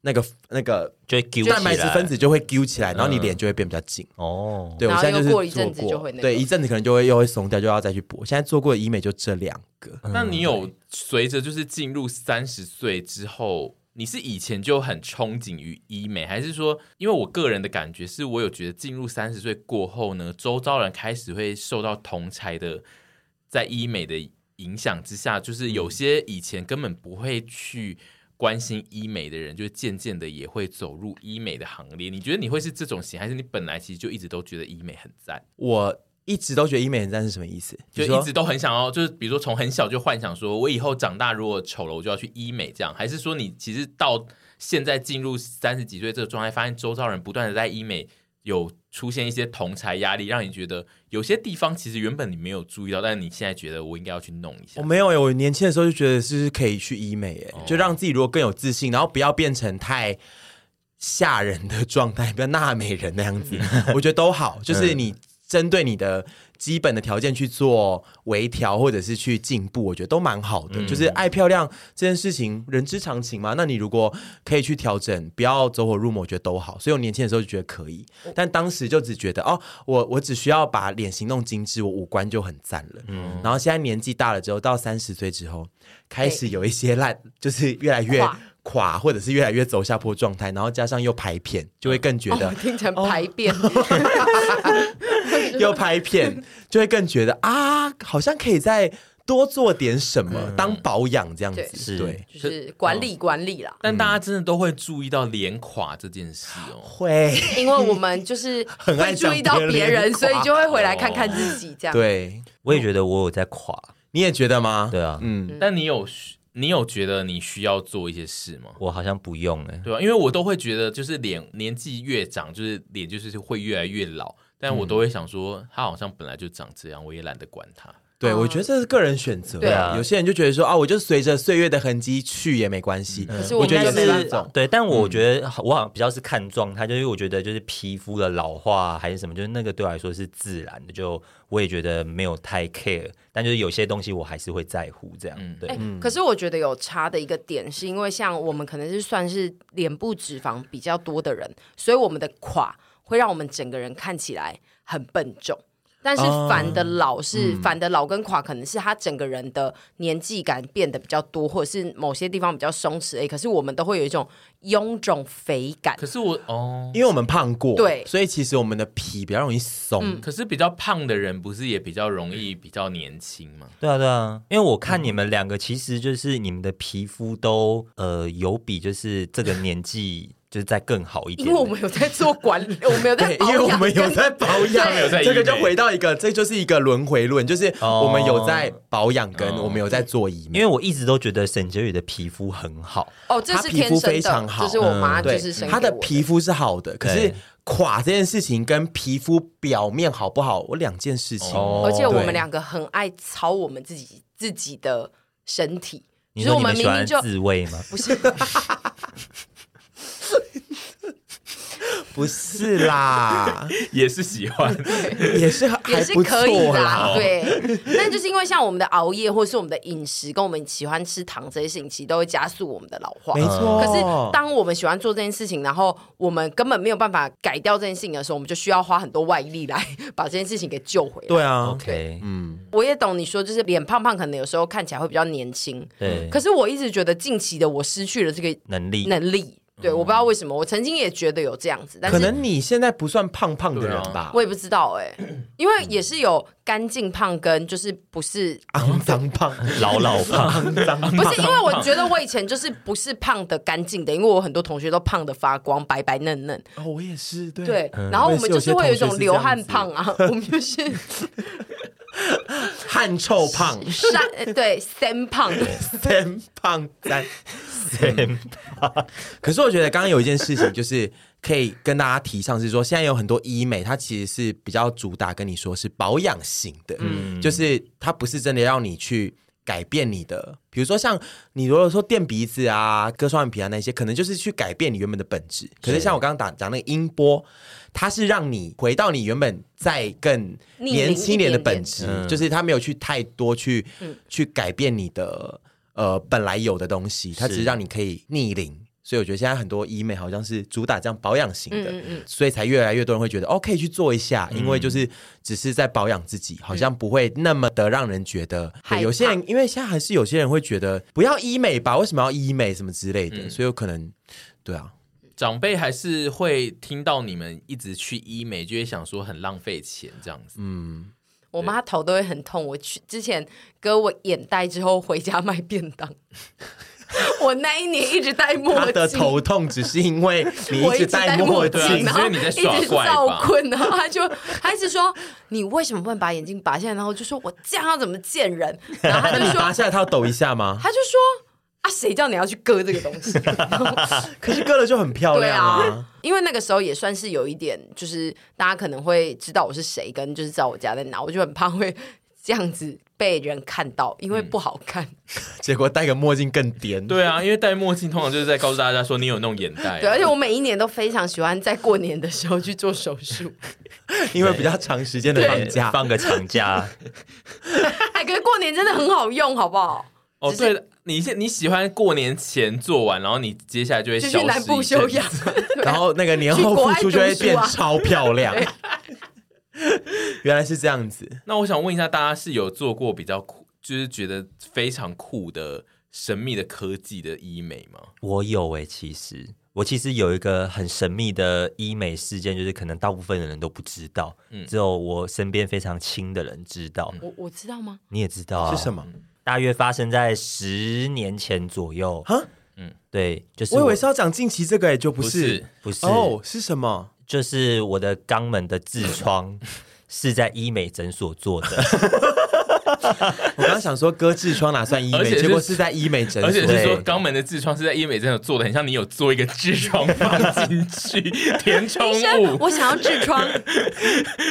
Speaker 5: 那个那个
Speaker 2: 就会揪起来
Speaker 5: 蛋白质分子就会揪起来，然后你脸就会变比较紧。
Speaker 2: 哦，
Speaker 5: 对，我
Speaker 3: 然后
Speaker 5: 现在就
Speaker 3: 又
Speaker 5: 是
Speaker 3: 过一阵
Speaker 5: 做
Speaker 3: 子
Speaker 5: 过
Speaker 3: 就会那个
Speaker 5: 对，一阵子可能就会又会松掉，就要再去补。现在做过的医美就这两个，
Speaker 4: 那你有随着就是进入三十岁之后，你是以前就很憧憬于医美，还是说，因为我个人的感觉是，我有觉得进入三十岁过后呢，周遭人开始会受到同才的在医美的影响之下，就是有些以前根本不会去关心医美的人，就渐渐的也会走入医美的行列。你觉得你会是这种型，还是你本来其实就一直都觉得医美很赞？
Speaker 5: 我一直都觉得医美很赞是什么意思？
Speaker 4: 就
Speaker 5: 你说
Speaker 4: 一直都很想要，就是比如说从很小就幻想说，我以后长大如果丑了，我就要去医美这样，还是说你其实到现在进入三十几岁这个状态，发现周遭人不断的在医美有出现一些同财压力，让你觉得有些地方其实原本你没有注意到，但是你现在觉得我应该要去弄一下
Speaker 5: 我。没有耶，欸我年轻的时候就觉得是可以去医美耶，
Speaker 4: 哦
Speaker 5: 就让自己如果更有自信，然后不要变成太吓人的状态，不要娜美人那样子， 我觉得都好。就是你针对你的基本的条件去做微调，或者是去进步，我觉得都蛮好的。就是爱漂亮这件事情，人之常情嘛。那你如果可以去调整，不要走火入魔，我觉得都好。所以我年轻的时候就觉得可以，但当时就只觉得哦，我我只需要把脸型弄精致，我五官就很赞了。嗯，然后现在年纪大了之后，到三十岁之后，开始有一些烂， 就是越来越
Speaker 3: 垮
Speaker 5: 垮，或者是越来越走下坡状态，然后加上又排片，就会更觉得、
Speaker 3: 哦，听成排便，
Speaker 5: 哦又 拍片，就会更觉得啊，好像可以再多做点什么，当保养这样
Speaker 3: 对
Speaker 2: 嗯
Speaker 5: 子。
Speaker 2: 是
Speaker 5: 对，
Speaker 3: 就是管理管理
Speaker 5: 哦
Speaker 3: 啦。
Speaker 4: 但大
Speaker 5: 嗯
Speaker 4: 家真的都会注意到脸垮这件事 哦。
Speaker 5: 会
Speaker 3: 因为我们就是
Speaker 5: 很爱
Speaker 3: 会
Speaker 5: 讲
Speaker 3: 注意到
Speaker 5: 别
Speaker 3: 别
Speaker 5: 人
Speaker 3: 人，
Speaker 5: 垮
Speaker 3: 所以就会回来看看自己这样。
Speaker 5: 对，
Speaker 2: 我也觉得我有在垮，
Speaker 5: 你也觉得吗？
Speaker 2: 对，啊，
Speaker 5: 嗯，
Speaker 4: 但你有你有觉得你需要做一些事吗？
Speaker 2: 我好像不用哎、
Speaker 4: 对啊，因为我都会觉得，就是脸年纪越长，就是脸就是会越来越老。但我都会想说，他好像本来就长这样，我也懒得管他。
Speaker 5: 对，
Speaker 3: 嗯
Speaker 5: 我觉得这是个人选择。
Speaker 3: 对
Speaker 2: 啊
Speaker 5: 有些人就觉得说啊，我就随着岁月的痕迹去也没关系。
Speaker 3: 可
Speaker 2: 嗯
Speaker 3: 是
Speaker 5: 我
Speaker 3: 我
Speaker 5: 觉
Speaker 3: 们
Speaker 5: 得
Speaker 3: 就
Speaker 5: 也
Speaker 3: 没
Speaker 5: 是
Speaker 3: 办
Speaker 5: 一
Speaker 3: 法
Speaker 5: 种。嗯
Speaker 2: 对，但我觉得、我好像比较是看状态，就是我觉得就是皮肤的老化还是什么，就是那个对我来说是自然的，就我也觉得没有太 care，但就是有些东西我还是会在乎这样。
Speaker 5: 嗯
Speaker 2: 对，
Speaker 3: 哎可是我觉得有差的一个点，是因为像我们可能是算是脸部脂肪比较多的人，所以我们的垮会让我们整个人看起来很笨重。但是
Speaker 5: 哦
Speaker 3: 反的老是、
Speaker 5: 嗯
Speaker 3: 反的老跟垮，可能是他整个人的年纪感变得比较多，或者是某些地方比较松弛。哎、可是我们都会有一种臃肿肥感
Speaker 4: 可。是我哦，
Speaker 5: 因为我们胖过，
Speaker 3: 对嗯
Speaker 5: 所以其实我们的皮比较容易松。
Speaker 4: 可是比较胖的人不是也比较容易比较年轻吗？
Speaker 2: 对啊，对啊，因为我看你们两个，其实就是你们的皮肤都呃有比就是这个年纪就是再更好一
Speaker 3: 因
Speaker 2: 点的。
Speaker 3: 为我们有在做管理，我们有在
Speaker 5: 对，因为我们有在保养，
Speaker 4: 对有在医美
Speaker 5: 这个就回到一个，这就是一个轮回论，就是
Speaker 2: 哦
Speaker 5: 我们有在保养，跟
Speaker 4: 哦
Speaker 5: 我们有在做医
Speaker 2: 因
Speaker 5: 美
Speaker 2: 为。我一直都觉得沈婕妤的皮肤很好，
Speaker 3: 哦，这
Speaker 5: 她
Speaker 3: 是
Speaker 5: 皮
Speaker 3: 天
Speaker 5: 肤
Speaker 3: 生的，
Speaker 5: 非常好，
Speaker 3: 就是我妈
Speaker 5: 嗯
Speaker 3: 就
Speaker 5: 对
Speaker 3: 是生
Speaker 5: 她
Speaker 3: 给
Speaker 5: 的
Speaker 3: 我
Speaker 5: 皮肤是好的，可是
Speaker 2: 对
Speaker 5: 垮这件事情跟皮肤表面好不好，我两件事情。
Speaker 2: 哦
Speaker 3: 而且我
Speaker 5: 对
Speaker 3: 们两个很爱操我们自己自己的身体，
Speaker 2: 你
Speaker 3: 就
Speaker 2: 说
Speaker 3: 是我
Speaker 2: 你们
Speaker 3: 们
Speaker 2: 喜
Speaker 3: 明
Speaker 2: 欢
Speaker 3: 明就
Speaker 2: 自慰吗？
Speaker 3: 不是
Speaker 5: 不是啦，
Speaker 4: 也是喜欢，
Speaker 5: 也是还
Speaker 3: 也是
Speaker 5: 不
Speaker 3: 可以
Speaker 5: 错
Speaker 3: 的
Speaker 5: 啦
Speaker 3: 啊，。对。但就是因为像我们的熬夜或是我们的饮食跟我们喜欢吃糖这些事情，其实都会加速我们的老化
Speaker 5: 没。错。
Speaker 3: 可是，当我们喜欢做这件事情，然后我们根本没有办法改掉这件事情的时候，我们就需要花很多外力来把这件事情给救回来。
Speaker 5: 对啊
Speaker 2: OK，
Speaker 3: 我也懂你说，就是脸胖胖，可能有时候看起来会比较年轻。
Speaker 2: 对，
Speaker 3: 嗯可是我一直觉得近期的我失去了这个
Speaker 2: 能力
Speaker 3: 能力。对，我不知道为什么，我曾经也觉得有这样子，但
Speaker 5: 可
Speaker 3: 是
Speaker 5: 能你现在不算胖胖的
Speaker 4: 对
Speaker 5: 人
Speaker 4: 啊
Speaker 5: 吧
Speaker 3: 我，也不知道哎、因为也是有干净胖跟就是不是
Speaker 5: 肮脏胖，
Speaker 2: 老老胖，
Speaker 5: 嗯
Speaker 3: 不是，因为我觉得我以前就是不是胖的干净的，因为我很多同学都胖的发光，白白嫩嫩。
Speaker 5: 哦，我也嗯是，对
Speaker 3: 对，然后我们就是会有一种流汗胖啊，我们就是、
Speaker 5: 汗臭胖
Speaker 3: 晒对三胖，
Speaker 5: 三胖三。可是我觉得刚刚有一件事情，就是可以跟大家提倡，是说现在有很多医美，它其实是比较主打跟你说是保养型的，嗯，就是它不是真的要你去。改变你的，比如说像你如果说垫鼻子啊、割双眼皮啊那些，可能就是去改变你原本的本质。可是像我刚刚打讲那个音波，它是让你回到你原本再更
Speaker 3: 逆龄
Speaker 5: 年轻一点的
Speaker 3: 一点点
Speaker 5: 本质，就是它没有去太多去、
Speaker 3: 嗯
Speaker 5: 去改变你的呃本来有的东西，它只是
Speaker 2: 是
Speaker 5: 让你可以逆龄。所以我觉得现在很多医美好像是主打这样保养型
Speaker 3: 嗯
Speaker 5: 的，所以才越来越多人会觉得哦可以去做一下，因为就是只是在保养自己，好像不会那么的让人觉得。
Speaker 3: 嗯害怕
Speaker 5: 对有些人因为现在还是有些人会觉得不要医美吧，为什么要医美什么之类的，所以有可能对啊，
Speaker 4: 长辈还是会听到你们一直去医美，就会想说很浪费钱这样子。
Speaker 3: 我妈头都会很痛。我去之前割我眼袋之后回家卖便当，我那一年一直戴墨
Speaker 5: 他的
Speaker 3: 镜。
Speaker 5: 头痛只是因为你
Speaker 3: 我
Speaker 5: 一直戴
Speaker 3: 戴
Speaker 5: 墨
Speaker 4: 镜
Speaker 5: 镜
Speaker 3: 然
Speaker 5: 啊
Speaker 4: 所
Speaker 3: 后
Speaker 4: 以你在
Speaker 3: 一
Speaker 4: 耍
Speaker 3: 直
Speaker 4: 怪吧
Speaker 3: 照困，然后他就他一直说你为什么不能把眼镜拔下来？然后我就说我这样要怎么见人？然后他就
Speaker 5: 你
Speaker 3: 说
Speaker 5: 拔下来他要抖一下吗？
Speaker 3: 他就说啊，谁叫你要去割这个东 西？
Speaker 5: 可是割了就很漂
Speaker 3: 对
Speaker 5: 亮
Speaker 3: 啊
Speaker 5: 啊。，
Speaker 3: 因为那个时候也算是有一点，就是大家可能会知道我是谁，跟就是知道我家在哪，我就很怕会这样子被人看到，因为不好看。
Speaker 5: 结果戴个墨镜更颠。
Speaker 4: 对啊，因为戴墨镜通常就是在告诉大家说你有那种眼袋、啊
Speaker 3: 对，而且我每一年都非常喜欢在过年的时候去做手 术，
Speaker 5: 因为比较长时间的
Speaker 2: 对
Speaker 5: 放假，
Speaker 2: 放个长假，
Speaker 3: 哎，可是过年真的很好用，好不好？
Speaker 4: 哦，
Speaker 3: 只是
Speaker 4: 对了，你现你喜欢过年前做完，然后你接下来就会
Speaker 3: 就
Speaker 4: 消失
Speaker 3: 去南部休
Speaker 4: 一
Speaker 3: 养
Speaker 4: 阵子。，
Speaker 5: 然后那个年后复出就会变超漂亮。
Speaker 3: 啊
Speaker 5: 原来是这样子，
Speaker 4: 那我想问一下，大家是有做过比较酷，就是觉得非常酷的神秘的科技的医美吗？
Speaker 2: 我有诶、其实我其实有一个很神秘的医美事件，就是可能大部分的人都不知道，只有我身边非常亲的人知道。
Speaker 3: 我我知道吗？
Speaker 2: 你也知道啊？
Speaker 5: 是什？么？
Speaker 2: 大约发生在十年前左右。嗯
Speaker 5: 啊，
Speaker 2: 对，就是
Speaker 5: 我以为是要讲近期这个，哎也就不
Speaker 4: 不
Speaker 5: 是
Speaker 4: 是。
Speaker 2: 不是
Speaker 5: 哦，是什么？
Speaker 2: 就是我的肛门的痔疮是在医美诊所做的，
Speaker 5: 我刚刚想说割痔疮哪算医
Speaker 4: 而且
Speaker 5: 美，
Speaker 4: 是
Speaker 5: 结果是在医美诊所。
Speaker 4: 而且是说
Speaker 2: 对
Speaker 4: 肛门的痔疮是在医美诊所做的，很像你有做一个痔疮放进去 填充
Speaker 3: 医生，
Speaker 4: 物，
Speaker 3: 我想要痔疮，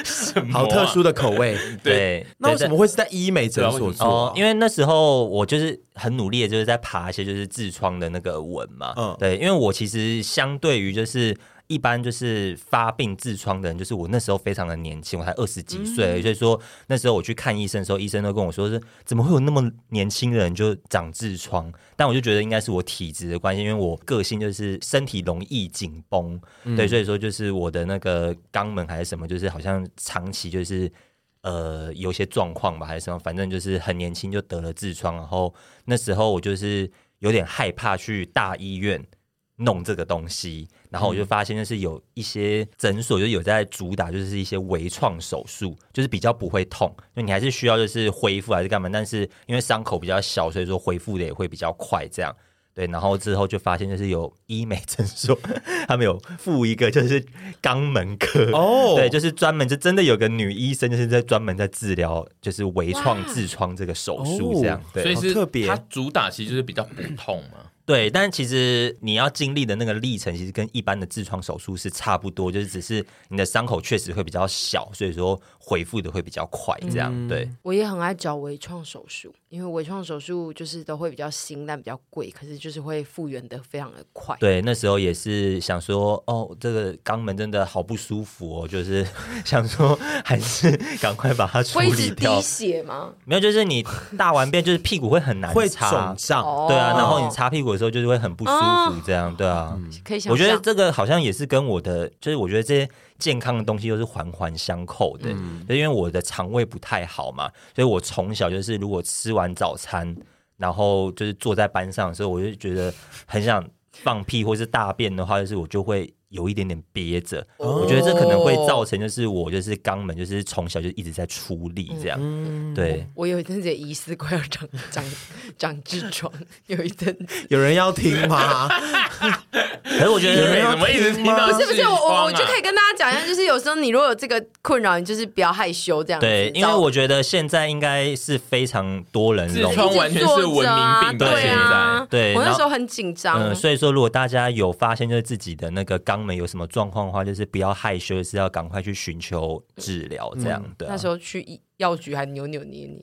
Speaker 4: 什么啊
Speaker 5: 好特殊的口味。
Speaker 2: 对，
Speaker 5: 那为
Speaker 2: 对
Speaker 5: 什么会是在医美诊所
Speaker 4: 对
Speaker 5: 做
Speaker 2: 哦
Speaker 5: 啊？，
Speaker 2: 因为那时候我就是很努力，的，就是在爬一些就是痔疮的那个纹嘛。
Speaker 5: 嗯
Speaker 2: 对，因为我其实相对于就是一般就是发病痔疮的人，就是我那时候非常的年轻，我才二十几
Speaker 5: 嗯
Speaker 2: 岁，所以说那时候我去看医生的时候，医生都跟我说是怎么会有那么年轻的人就长痔疮？但我就觉得应该是我体质的关系，因为我个性就是身体容易紧绷，
Speaker 5: 嗯
Speaker 2: 对，所以说就是我的那个肛门还是什么，就是好像长期就是。呃有一些状况吧，还是什么，反正就是很年轻就得了痔疮，然后那时候我就是有点害怕去大医院。弄这个东西，然后我就发现就是有一些诊所就有在主打，就是一些微创手术，就是比较不会痛，就你还是需要就是恢复还是干嘛，但是因为伤口比较小，所以说恢复的也会比较快，这样对。然后之后就发现就是有医美诊所， 他们有附一个就是肛门科
Speaker 5: 哦
Speaker 2: 对，就是专门就真的有个女医生就是在专门在治疗就是微创痔疮这个手术这样
Speaker 5: 哦，
Speaker 2: 对
Speaker 4: 所以是
Speaker 5: 好特别
Speaker 4: 它主打其实就是比较不痛 嘛。
Speaker 2: 对，但其实你要经历的那个历程，其实跟一般的痔疮手术是差不多，就是只是你的伤口确实会比较小，所以说恢复的会比较快，这样、
Speaker 5: 嗯
Speaker 2: 对。
Speaker 3: 我也很爱找微创手术，因为微创手术就是都会比较新，但比较贵，可是就是会复原的非常的快。
Speaker 2: 对，那时候也是想说，哦，这个肛门真的好不舒服哦，就是 想说还是 赶快把它处
Speaker 3: 会一
Speaker 2: 理
Speaker 3: 直
Speaker 2: 掉
Speaker 3: 滴。血吗？
Speaker 2: 没有，就是你大完便，就是屁股会很难
Speaker 5: 会
Speaker 2: 擦
Speaker 5: 肿，胀，
Speaker 2: 对啊，然后你擦屁股的时候就是会很不舒服
Speaker 3: 哦，
Speaker 2: 这样、对啊。
Speaker 3: 可以想象，
Speaker 2: 我觉得这个好像也是跟我的，就是我觉得这些健康的东西都是环环相扣的。
Speaker 3: 嗯
Speaker 2: 就因为我的肠胃不太好嘛，所以我从小就是如果吃完早餐，然后就是坐在班上的时候，我就觉得很想放屁或是大便的话，就是我就会有一点点憋着。
Speaker 3: 哦
Speaker 2: 我觉得这可能会造成就是我就是肛门就是从小就一直在出力这样，
Speaker 3: 嗯
Speaker 2: 对。
Speaker 3: 我有一阵子也疑似快要长长长痔疮，有一阵子。
Speaker 5: 有人要听吗？
Speaker 2: 可是我觉
Speaker 4: 医美
Speaker 2: 得
Speaker 4: 怎么一直听到啊
Speaker 5: 不
Speaker 3: 是不是我我我就可
Speaker 4: 以
Speaker 3: 以跟大家讲一下，就是有时候你如果有这个困扰，你就是不要害羞这样子。
Speaker 2: 对，因为我觉得现在应该是非常多人
Speaker 4: 痔
Speaker 2: 弄
Speaker 4: 疮完全是文明病吧
Speaker 3: 对啊
Speaker 4: 现在，
Speaker 2: 对
Speaker 3: 我那
Speaker 2: 然后
Speaker 3: 时候很紧张。
Speaker 2: 嗯，所以说，如果大家有发现就是自己的那个肛门有什么状况的话，就是不要害羞，就是要赶快去寻求治疗，这样的、对啊
Speaker 3: 嗯那时候去医药局还扭扭捏 捏，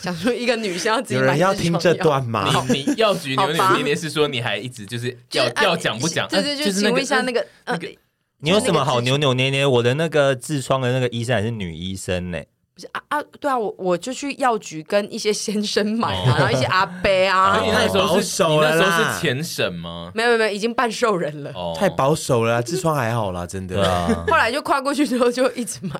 Speaker 3: 想说一个女生要 自己
Speaker 5: 有
Speaker 3: 买
Speaker 5: 人要
Speaker 3: 痔
Speaker 5: 听
Speaker 3: 疮
Speaker 5: 这
Speaker 3: 药
Speaker 5: 段吗？
Speaker 4: 你你药局
Speaker 3: 好
Speaker 4: 扭
Speaker 3: 吧
Speaker 4: 扭捏捏是说你还一直就是要
Speaker 3: 就是
Speaker 4: 要
Speaker 3: 啊
Speaker 4: 讲不讲？
Speaker 3: 对对，
Speaker 4: 啊
Speaker 3: 就请问一下那
Speaker 4: 个
Speaker 3: 个呃
Speaker 4: 那个
Speaker 2: 你有什么
Speaker 3: 那
Speaker 2: 好
Speaker 3: 个痔疮
Speaker 2: 扭扭捏捏？我的那个痔疮的那个医生还是女医生呢、
Speaker 3: 不是啊啊，对啊，我我就去药局跟一些先生买啊，然后一些阿伯啊，
Speaker 4: 所以你那时候
Speaker 5: 保
Speaker 4: 是
Speaker 5: 守
Speaker 4: 你那
Speaker 5: 了
Speaker 4: 时
Speaker 5: 啦
Speaker 4: 候是前审吗？
Speaker 3: 没有没有没有，已经半兽人了。
Speaker 4: 哦
Speaker 5: 太保守了啦，痔疮还好啦，真
Speaker 2: 对
Speaker 5: 的。
Speaker 2: 啊，
Speaker 3: 后来就跨过去之后就一直买，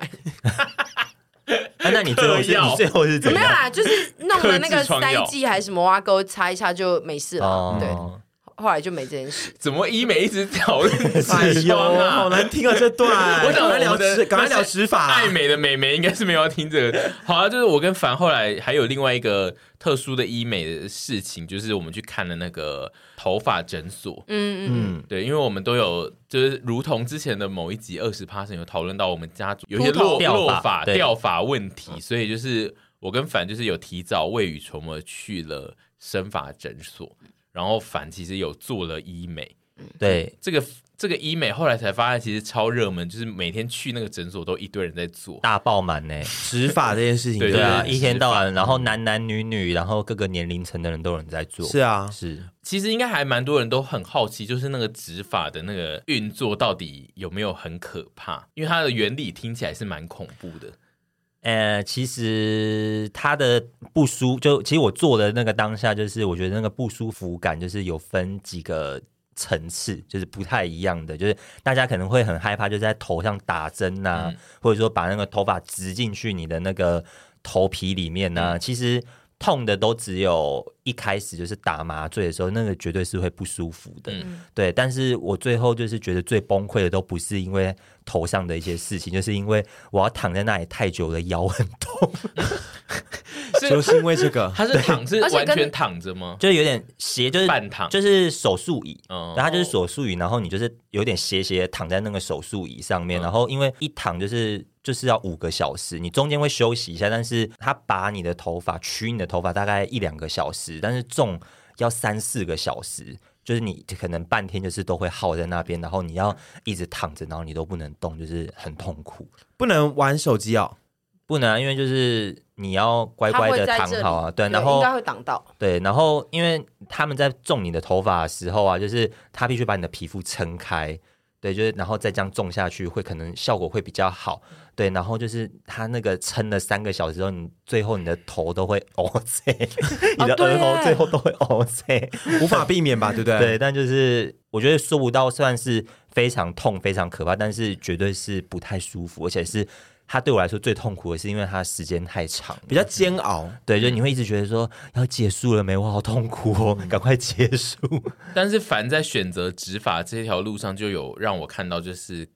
Speaker 2: 啊那你最后是
Speaker 4: 嗑药
Speaker 2: 你最后是怎
Speaker 3: 没有
Speaker 2: 样？
Speaker 3: 啦，就是弄了那
Speaker 4: 克
Speaker 3: 个
Speaker 4: 制创药
Speaker 3: 塞剂还是什么挖沟擦一下就没事了，对，
Speaker 2: 哦，
Speaker 3: 后来就没这件事。
Speaker 4: 怎么医美一直 讨论
Speaker 5: 哎
Speaker 4: 痔
Speaker 5: 呦，
Speaker 4: 疮啊
Speaker 5: 好？难听啊这段！
Speaker 4: 我想
Speaker 5: 赶
Speaker 4: 我
Speaker 5: 快
Speaker 4: 们
Speaker 5: 聊
Speaker 4: 的
Speaker 5: 吃，赶快
Speaker 4: 那些
Speaker 5: 聊吃法。
Speaker 4: 爱美的美眉应该是没有要听这个。好啊，就是我跟凡后来还有另外一个特殊的医美的事情，就是我们去看了那个头发诊所。
Speaker 3: 嗯嗯，
Speaker 2: 嗯，
Speaker 4: 对，因为我们都有，就是如同之前的某一集二十趴有讨论到我们家族有一些
Speaker 3: 秃头
Speaker 4: 落
Speaker 2: 掉发
Speaker 4: 落发
Speaker 2: 对
Speaker 4: 掉发问题，所以就是我跟凡就是有提早未雨绸缪去了生发诊所，然后凡其实有做了医美，
Speaker 2: 对，
Speaker 4: 这个这个医美后来才发现其实超热门，就是每天去那个诊所都一堆人在做。
Speaker 2: 大爆满呢。
Speaker 5: 植发这件事情，
Speaker 4: 对
Speaker 2: 对啊，
Speaker 4: 对
Speaker 2: 一天到晚，然
Speaker 3: 嗯
Speaker 2: 后男男女女，然后各个年龄层的人都有人在做。
Speaker 5: 是啊，
Speaker 2: 是，
Speaker 4: 其实应该还蛮多人都很好奇，就是那个指法的那个运作到底有没有很可怕？因为它的原理听起来是蛮恐怖的。
Speaker 2: 呃，其实它的不舒，就其实我做的那个当下，就是我觉得那个不舒服感，就是有分几个层次，就是不太一样的。就是大家可能会很害怕，就是在头上打针呐、或者说把那个头发植进去你的那个头皮里面呐、其实。痛的都只有一开始就是打麻醉的时候，那个绝对是会不舒服的。对，但是我最后就是觉得最崩溃的都不是因为头上的一些事情，就是因为我要躺在那里太久了，腰很痛，
Speaker 5: 就是因为这个，
Speaker 4: 它是躺是
Speaker 3: 而且
Speaker 4: 完
Speaker 3: 跟
Speaker 4: 全躺着吗？
Speaker 2: 就有点斜，就是
Speaker 4: 半躺
Speaker 2: 就是手术椅，
Speaker 3: 哦
Speaker 4: 嗯
Speaker 2: 然后它就是手术椅，然后你就是有点斜斜地躺在那个手术椅上
Speaker 3: 嗯
Speaker 2: 面，然后因为一躺就是就是要五个小时，你中间会休息一下，但是它拔你的头发、取你的头发大概一两个小时，但是种要三四个小时。就是你可能半天就是都会耗在那边，然后你要一直躺着，然后你都不能动，就是很痛苦。
Speaker 5: 不能玩手机哦。
Speaker 2: 不能、啊，因为就是你要乖
Speaker 3: 他
Speaker 2: 乖
Speaker 3: 会
Speaker 2: 的
Speaker 3: 在
Speaker 2: 躺
Speaker 3: 这里
Speaker 2: 好啊，对，然
Speaker 3: 应
Speaker 2: 后
Speaker 3: 该会挡到。
Speaker 2: 对，然后因为他们在种你的头发的时候啊，就是他必须把你的皮肤撑开，对，就是然后再这样种下去，会可能效果会比较好，对，然后就是他那个撑了三个小时之后，你最后你的头都会 O C，你的
Speaker 3: 哦对
Speaker 2: 额头
Speaker 3: 耶
Speaker 2: 最后都会 O C，
Speaker 5: 无法避免吧，对不对？
Speaker 2: 对，但就是我觉得说不到算是非常痛、非常可怕，但是绝对是不太舒服，而且是它对我来说最痛苦的是，因为它时间太长了，
Speaker 5: 比较煎熬。
Speaker 2: 对，就你会一直觉得说要结束了没？我好痛苦哦，赶快结束。
Speaker 4: 但是凡在选择执法这条路上，就有让我看到，就是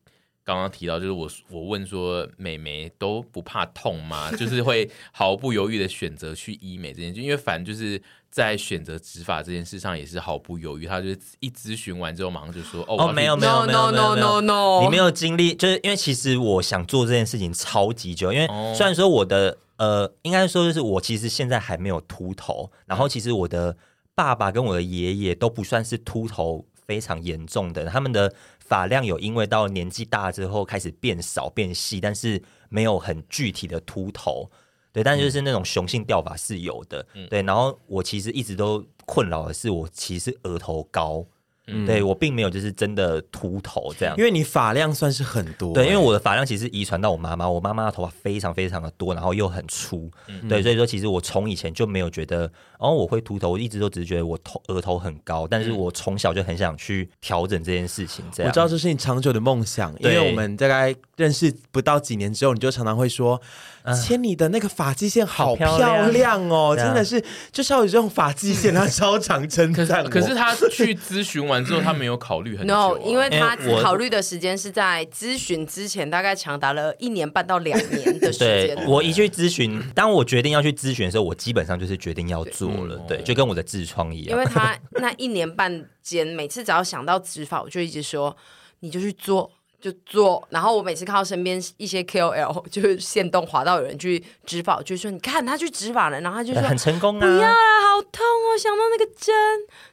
Speaker 4: 刚刚提到，就是我我问说，美眉都不怕痛 吗？就是会毫不犹豫的选择去医美这件事，因为凡就是在选择执法这件事上也是毫不犹豫，他就是一咨询完之后，马上就说，哦，我要
Speaker 2: 哦，
Speaker 4: 去
Speaker 2: 没有没有
Speaker 3: No
Speaker 2: 没有
Speaker 3: no
Speaker 2: 没有
Speaker 3: no
Speaker 2: 没有
Speaker 3: no no，
Speaker 2: 你没有经历，就是因为其实我想做这件事情超级久，因为
Speaker 4: 哦
Speaker 2: 虽然说我的呃，应该说就是我其实现在还没有秃头，然后其实我的爸爸跟我的爷爷都不算是秃头非常严重的，他们的发量有因为到年纪大之后开始变少变细，但是没有很具体的秃头。对，但就是那种雄性掉法是有的，对。然后我其实一直都困扰的是，我其实额头高，对我并没有就是真的秃头这样
Speaker 5: 因。为你发量算是很多，
Speaker 2: 对，因为我的发量其实遗传到我妈妈，我妈妈的头发非常非常的多，然后又很粗，对，所以说其实我从以前就没有觉得，哦，我会秃头，我一直都只是觉得我头额头很高，但是我从小就很想去调整这件事情，这样
Speaker 5: 啊我知道这是你长久的梦想，因
Speaker 2: 对
Speaker 5: 为我们大概认识不到几年之后，你就常常会说：“千里的那个发际线好
Speaker 2: 好
Speaker 5: 漂
Speaker 2: 漂
Speaker 5: 亮哦，
Speaker 2: 对啊
Speaker 5: 真的是就是要有这种发际线，它超常称
Speaker 4: 可
Speaker 5: 赞
Speaker 4: 是
Speaker 5: 我。”
Speaker 4: 可是他去咨询完之后，他没有考虑 很久、啊
Speaker 3: no，因为他
Speaker 2: 因哎为我
Speaker 3: 考虑的时间是在咨询之前，大概长达了一年半到两年的 时
Speaker 2: 对
Speaker 3: 间。
Speaker 2: 我一去咨询，当我决定要去咨询的时候，我基本上就是决定要做了，对，就跟我的痔疮一
Speaker 3: 因
Speaker 2: 样
Speaker 3: 为。他那一年半间，每次只要想到植发，我就一直说你就去做，就做。然后我每次看到身边一些 KOL 就是现动滑到有人去植发，我就说你看他去植发了，然后他就说
Speaker 2: 很成功
Speaker 3: 不要
Speaker 2: 啊！
Speaker 3: 啦，好痛哦，想到那个针，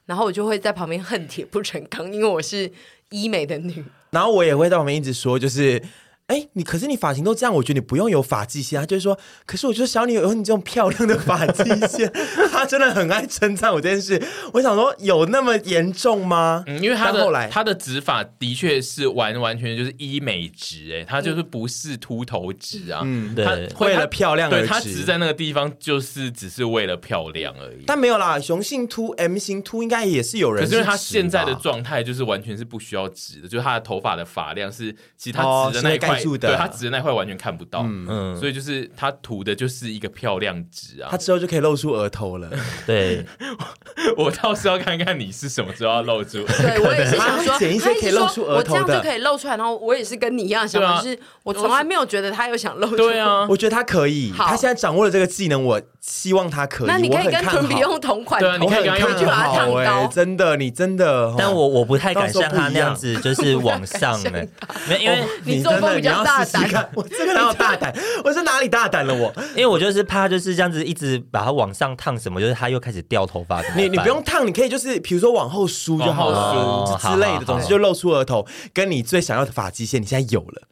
Speaker 3: 然后我就会在旁边恨铁不成钢，因为我是医美的女。
Speaker 5: 然后我也会在旁边一直说，就是。哎，你可是你发型都这样，我觉得你不用有发际线。”他就会说：“可是我觉得小女有你这种漂亮的发际 线。”他真的很爱称赞我这件事。我想说，有那么严重吗？
Speaker 4: 嗯，因为他
Speaker 5: 但
Speaker 4: 的
Speaker 5: 后来
Speaker 4: 他的植发的确是完完全全就是医美植、哎，他就是不是秃头植啊，嗯，
Speaker 2: 对
Speaker 5: 为了漂亮而
Speaker 4: 对他
Speaker 5: 植
Speaker 4: 植在那个地方就是只是为了漂亮而已。
Speaker 5: 但没有啦，雄性秃、M 型秃应该也是有人
Speaker 4: 可
Speaker 5: 是
Speaker 4: 是
Speaker 5: 直
Speaker 4: 因
Speaker 5: 吧。
Speaker 4: 为他现在的状态就是完全是不需要植的，就是他的头发的发量是，其实他
Speaker 5: 哦
Speaker 4: 植的那一
Speaker 5: 是
Speaker 4: 块，
Speaker 5: 被盖住的
Speaker 4: 对他植的那一块完全看不到，
Speaker 2: 嗯
Speaker 4: 所以就是他涂的就是一个漂亮植啊
Speaker 5: 他。之后就可以露出额头 了。
Speaker 2: 对，
Speaker 4: 我倒是要看看你是什么时候要露出。
Speaker 3: 对我也是想说，
Speaker 5: 他剪一些
Speaker 3: 他一直
Speaker 5: 可以露
Speaker 3: 说
Speaker 5: 出额
Speaker 3: 我这
Speaker 5: 头
Speaker 3: 样就
Speaker 5: 的
Speaker 3: 可以露出来，然后我也是跟你一样的想
Speaker 4: 对啊
Speaker 3: 法，就是我从来没有觉得他有想露出。
Speaker 4: 对，啊，
Speaker 5: 我觉得他可以，
Speaker 3: 好
Speaker 5: 他现在掌握了这个技能，我希望他可以。
Speaker 3: 那你可
Speaker 5: 我
Speaker 3: 以
Speaker 5: 很
Speaker 3: 跟
Speaker 5: 看
Speaker 3: 屯比
Speaker 5: 好
Speaker 3: 用同款
Speaker 4: 对啊
Speaker 3: 头，
Speaker 4: 你可以跟他
Speaker 5: 我
Speaker 4: 用
Speaker 5: 很
Speaker 3: 去把它
Speaker 5: 看
Speaker 3: 烫
Speaker 5: 好哎
Speaker 3: 高。
Speaker 5: 真的，你真的。哦
Speaker 2: 但我我不太敢像他那样子，就是往上
Speaker 3: 到时候不
Speaker 2: 呢
Speaker 3: 一样，
Speaker 2: 没有因为
Speaker 3: 你作风比较大胆
Speaker 5: 哦真的你要试试看我这个人有大胆，我是哪里大胆了我？
Speaker 2: 因为我就是怕就是这样子一直把它往上烫什么，就是它又开始掉头发。怎么
Speaker 5: 你你
Speaker 2: 办
Speaker 5: 不用烫，你可以就是比如说往后梳就好
Speaker 2: 往
Speaker 5: 了
Speaker 2: 后梳
Speaker 5: 之类
Speaker 2: 好好好
Speaker 5: 的，总之就露出额头，跟你最想要的发际线，你现在有了。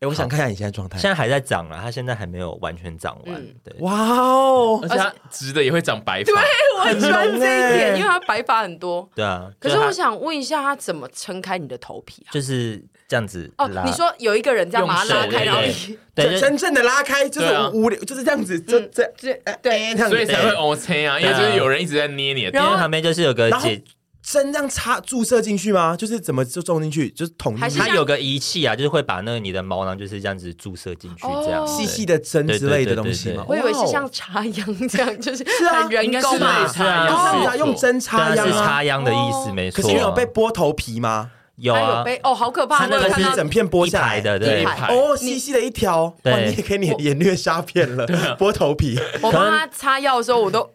Speaker 5: 哎，我想看一下你现在状态
Speaker 2: 现。在还在长了，它现在还没有完全长完。
Speaker 3: 嗯
Speaker 2: 对，
Speaker 5: 哇哦
Speaker 4: 而，且他植的也会长白发，
Speaker 3: 哎我很喜欢这一
Speaker 5: 很浓
Speaker 3: 点，
Speaker 5: 欸
Speaker 3: 因为他白发很多。
Speaker 2: 对啊，
Speaker 3: 可是
Speaker 2: 就它
Speaker 3: 我想问一下，他怎么撑开你的头皮啊？
Speaker 2: 就是这样子
Speaker 3: 哦
Speaker 2: 拉，
Speaker 3: 你说有一个人这样把它拉
Speaker 4: 用手
Speaker 2: 欸
Speaker 3: 开，然后
Speaker 4: 对
Speaker 3: 你
Speaker 2: 对，就
Speaker 5: 真正的拉开就是
Speaker 4: 对啊
Speaker 5: 无无就是这样子，就这呃
Speaker 3: 这
Speaker 5: 这
Speaker 3: 对，
Speaker 5: 样子，
Speaker 4: 所以才会 OK 啊，因为
Speaker 2: 对啊
Speaker 4: 就是有人一直在捏你的
Speaker 2: 因
Speaker 4: 头
Speaker 2: 为旁边就是有个
Speaker 5: 然后
Speaker 2: 解，
Speaker 5: 针这样插注射进去吗？就是怎么就种进去，就是捅进
Speaker 3: 还
Speaker 5: 去
Speaker 3: 是
Speaker 2: 它有个仪器啊，就是会把那个你的毛囊就是这样子注射进去，
Speaker 3: 哦
Speaker 2: 这样
Speaker 5: 细细
Speaker 2: 的。
Speaker 5: 的针之类的东西
Speaker 2: 对对对对
Speaker 5: 吗？
Speaker 3: 我以为
Speaker 5: 哇
Speaker 3: 是
Speaker 5: 哦
Speaker 3: 像插秧这样，就是
Speaker 5: 啊
Speaker 3: 很人
Speaker 4: 应该
Speaker 3: 工
Speaker 4: 是类
Speaker 3: 嘛。
Speaker 4: 似啊，
Speaker 5: 哦
Speaker 4: 没
Speaker 5: 是
Speaker 4: 错
Speaker 5: 啊，用针插
Speaker 2: 当然
Speaker 5: 秧
Speaker 2: 是
Speaker 5: 啊。
Speaker 2: 插秧的意思，没
Speaker 5: 可
Speaker 2: 错
Speaker 5: 是
Speaker 2: 啊。
Speaker 5: 你有被剥头皮吗？
Speaker 2: 有
Speaker 3: 还
Speaker 2: 啊
Speaker 3: 有，被哦，好可怕！
Speaker 2: 它
Speaker 3: 我
Speaker 2: 那
Speaker 3: 有
Speaker 2: 个
Speaker 3: 看
Speaker 2: 是
Speaker 3: 到
Speaker 5: 整片剥
Speaker 2: 一
Speaker 5: 下
Speaker 2: 排
Speaker 5: 来
Speaker 2: 的，
Speaker 4: 一
Speaker 2: 对。
Speaker 4: 排
Speaker 5: 哦，细细的一条，哇，
Speaker 2: 对
Speaker 5: 你也可以脸脸略杀片了，剥头皮。
Speaker 3: 我帮他擦药的时候，我都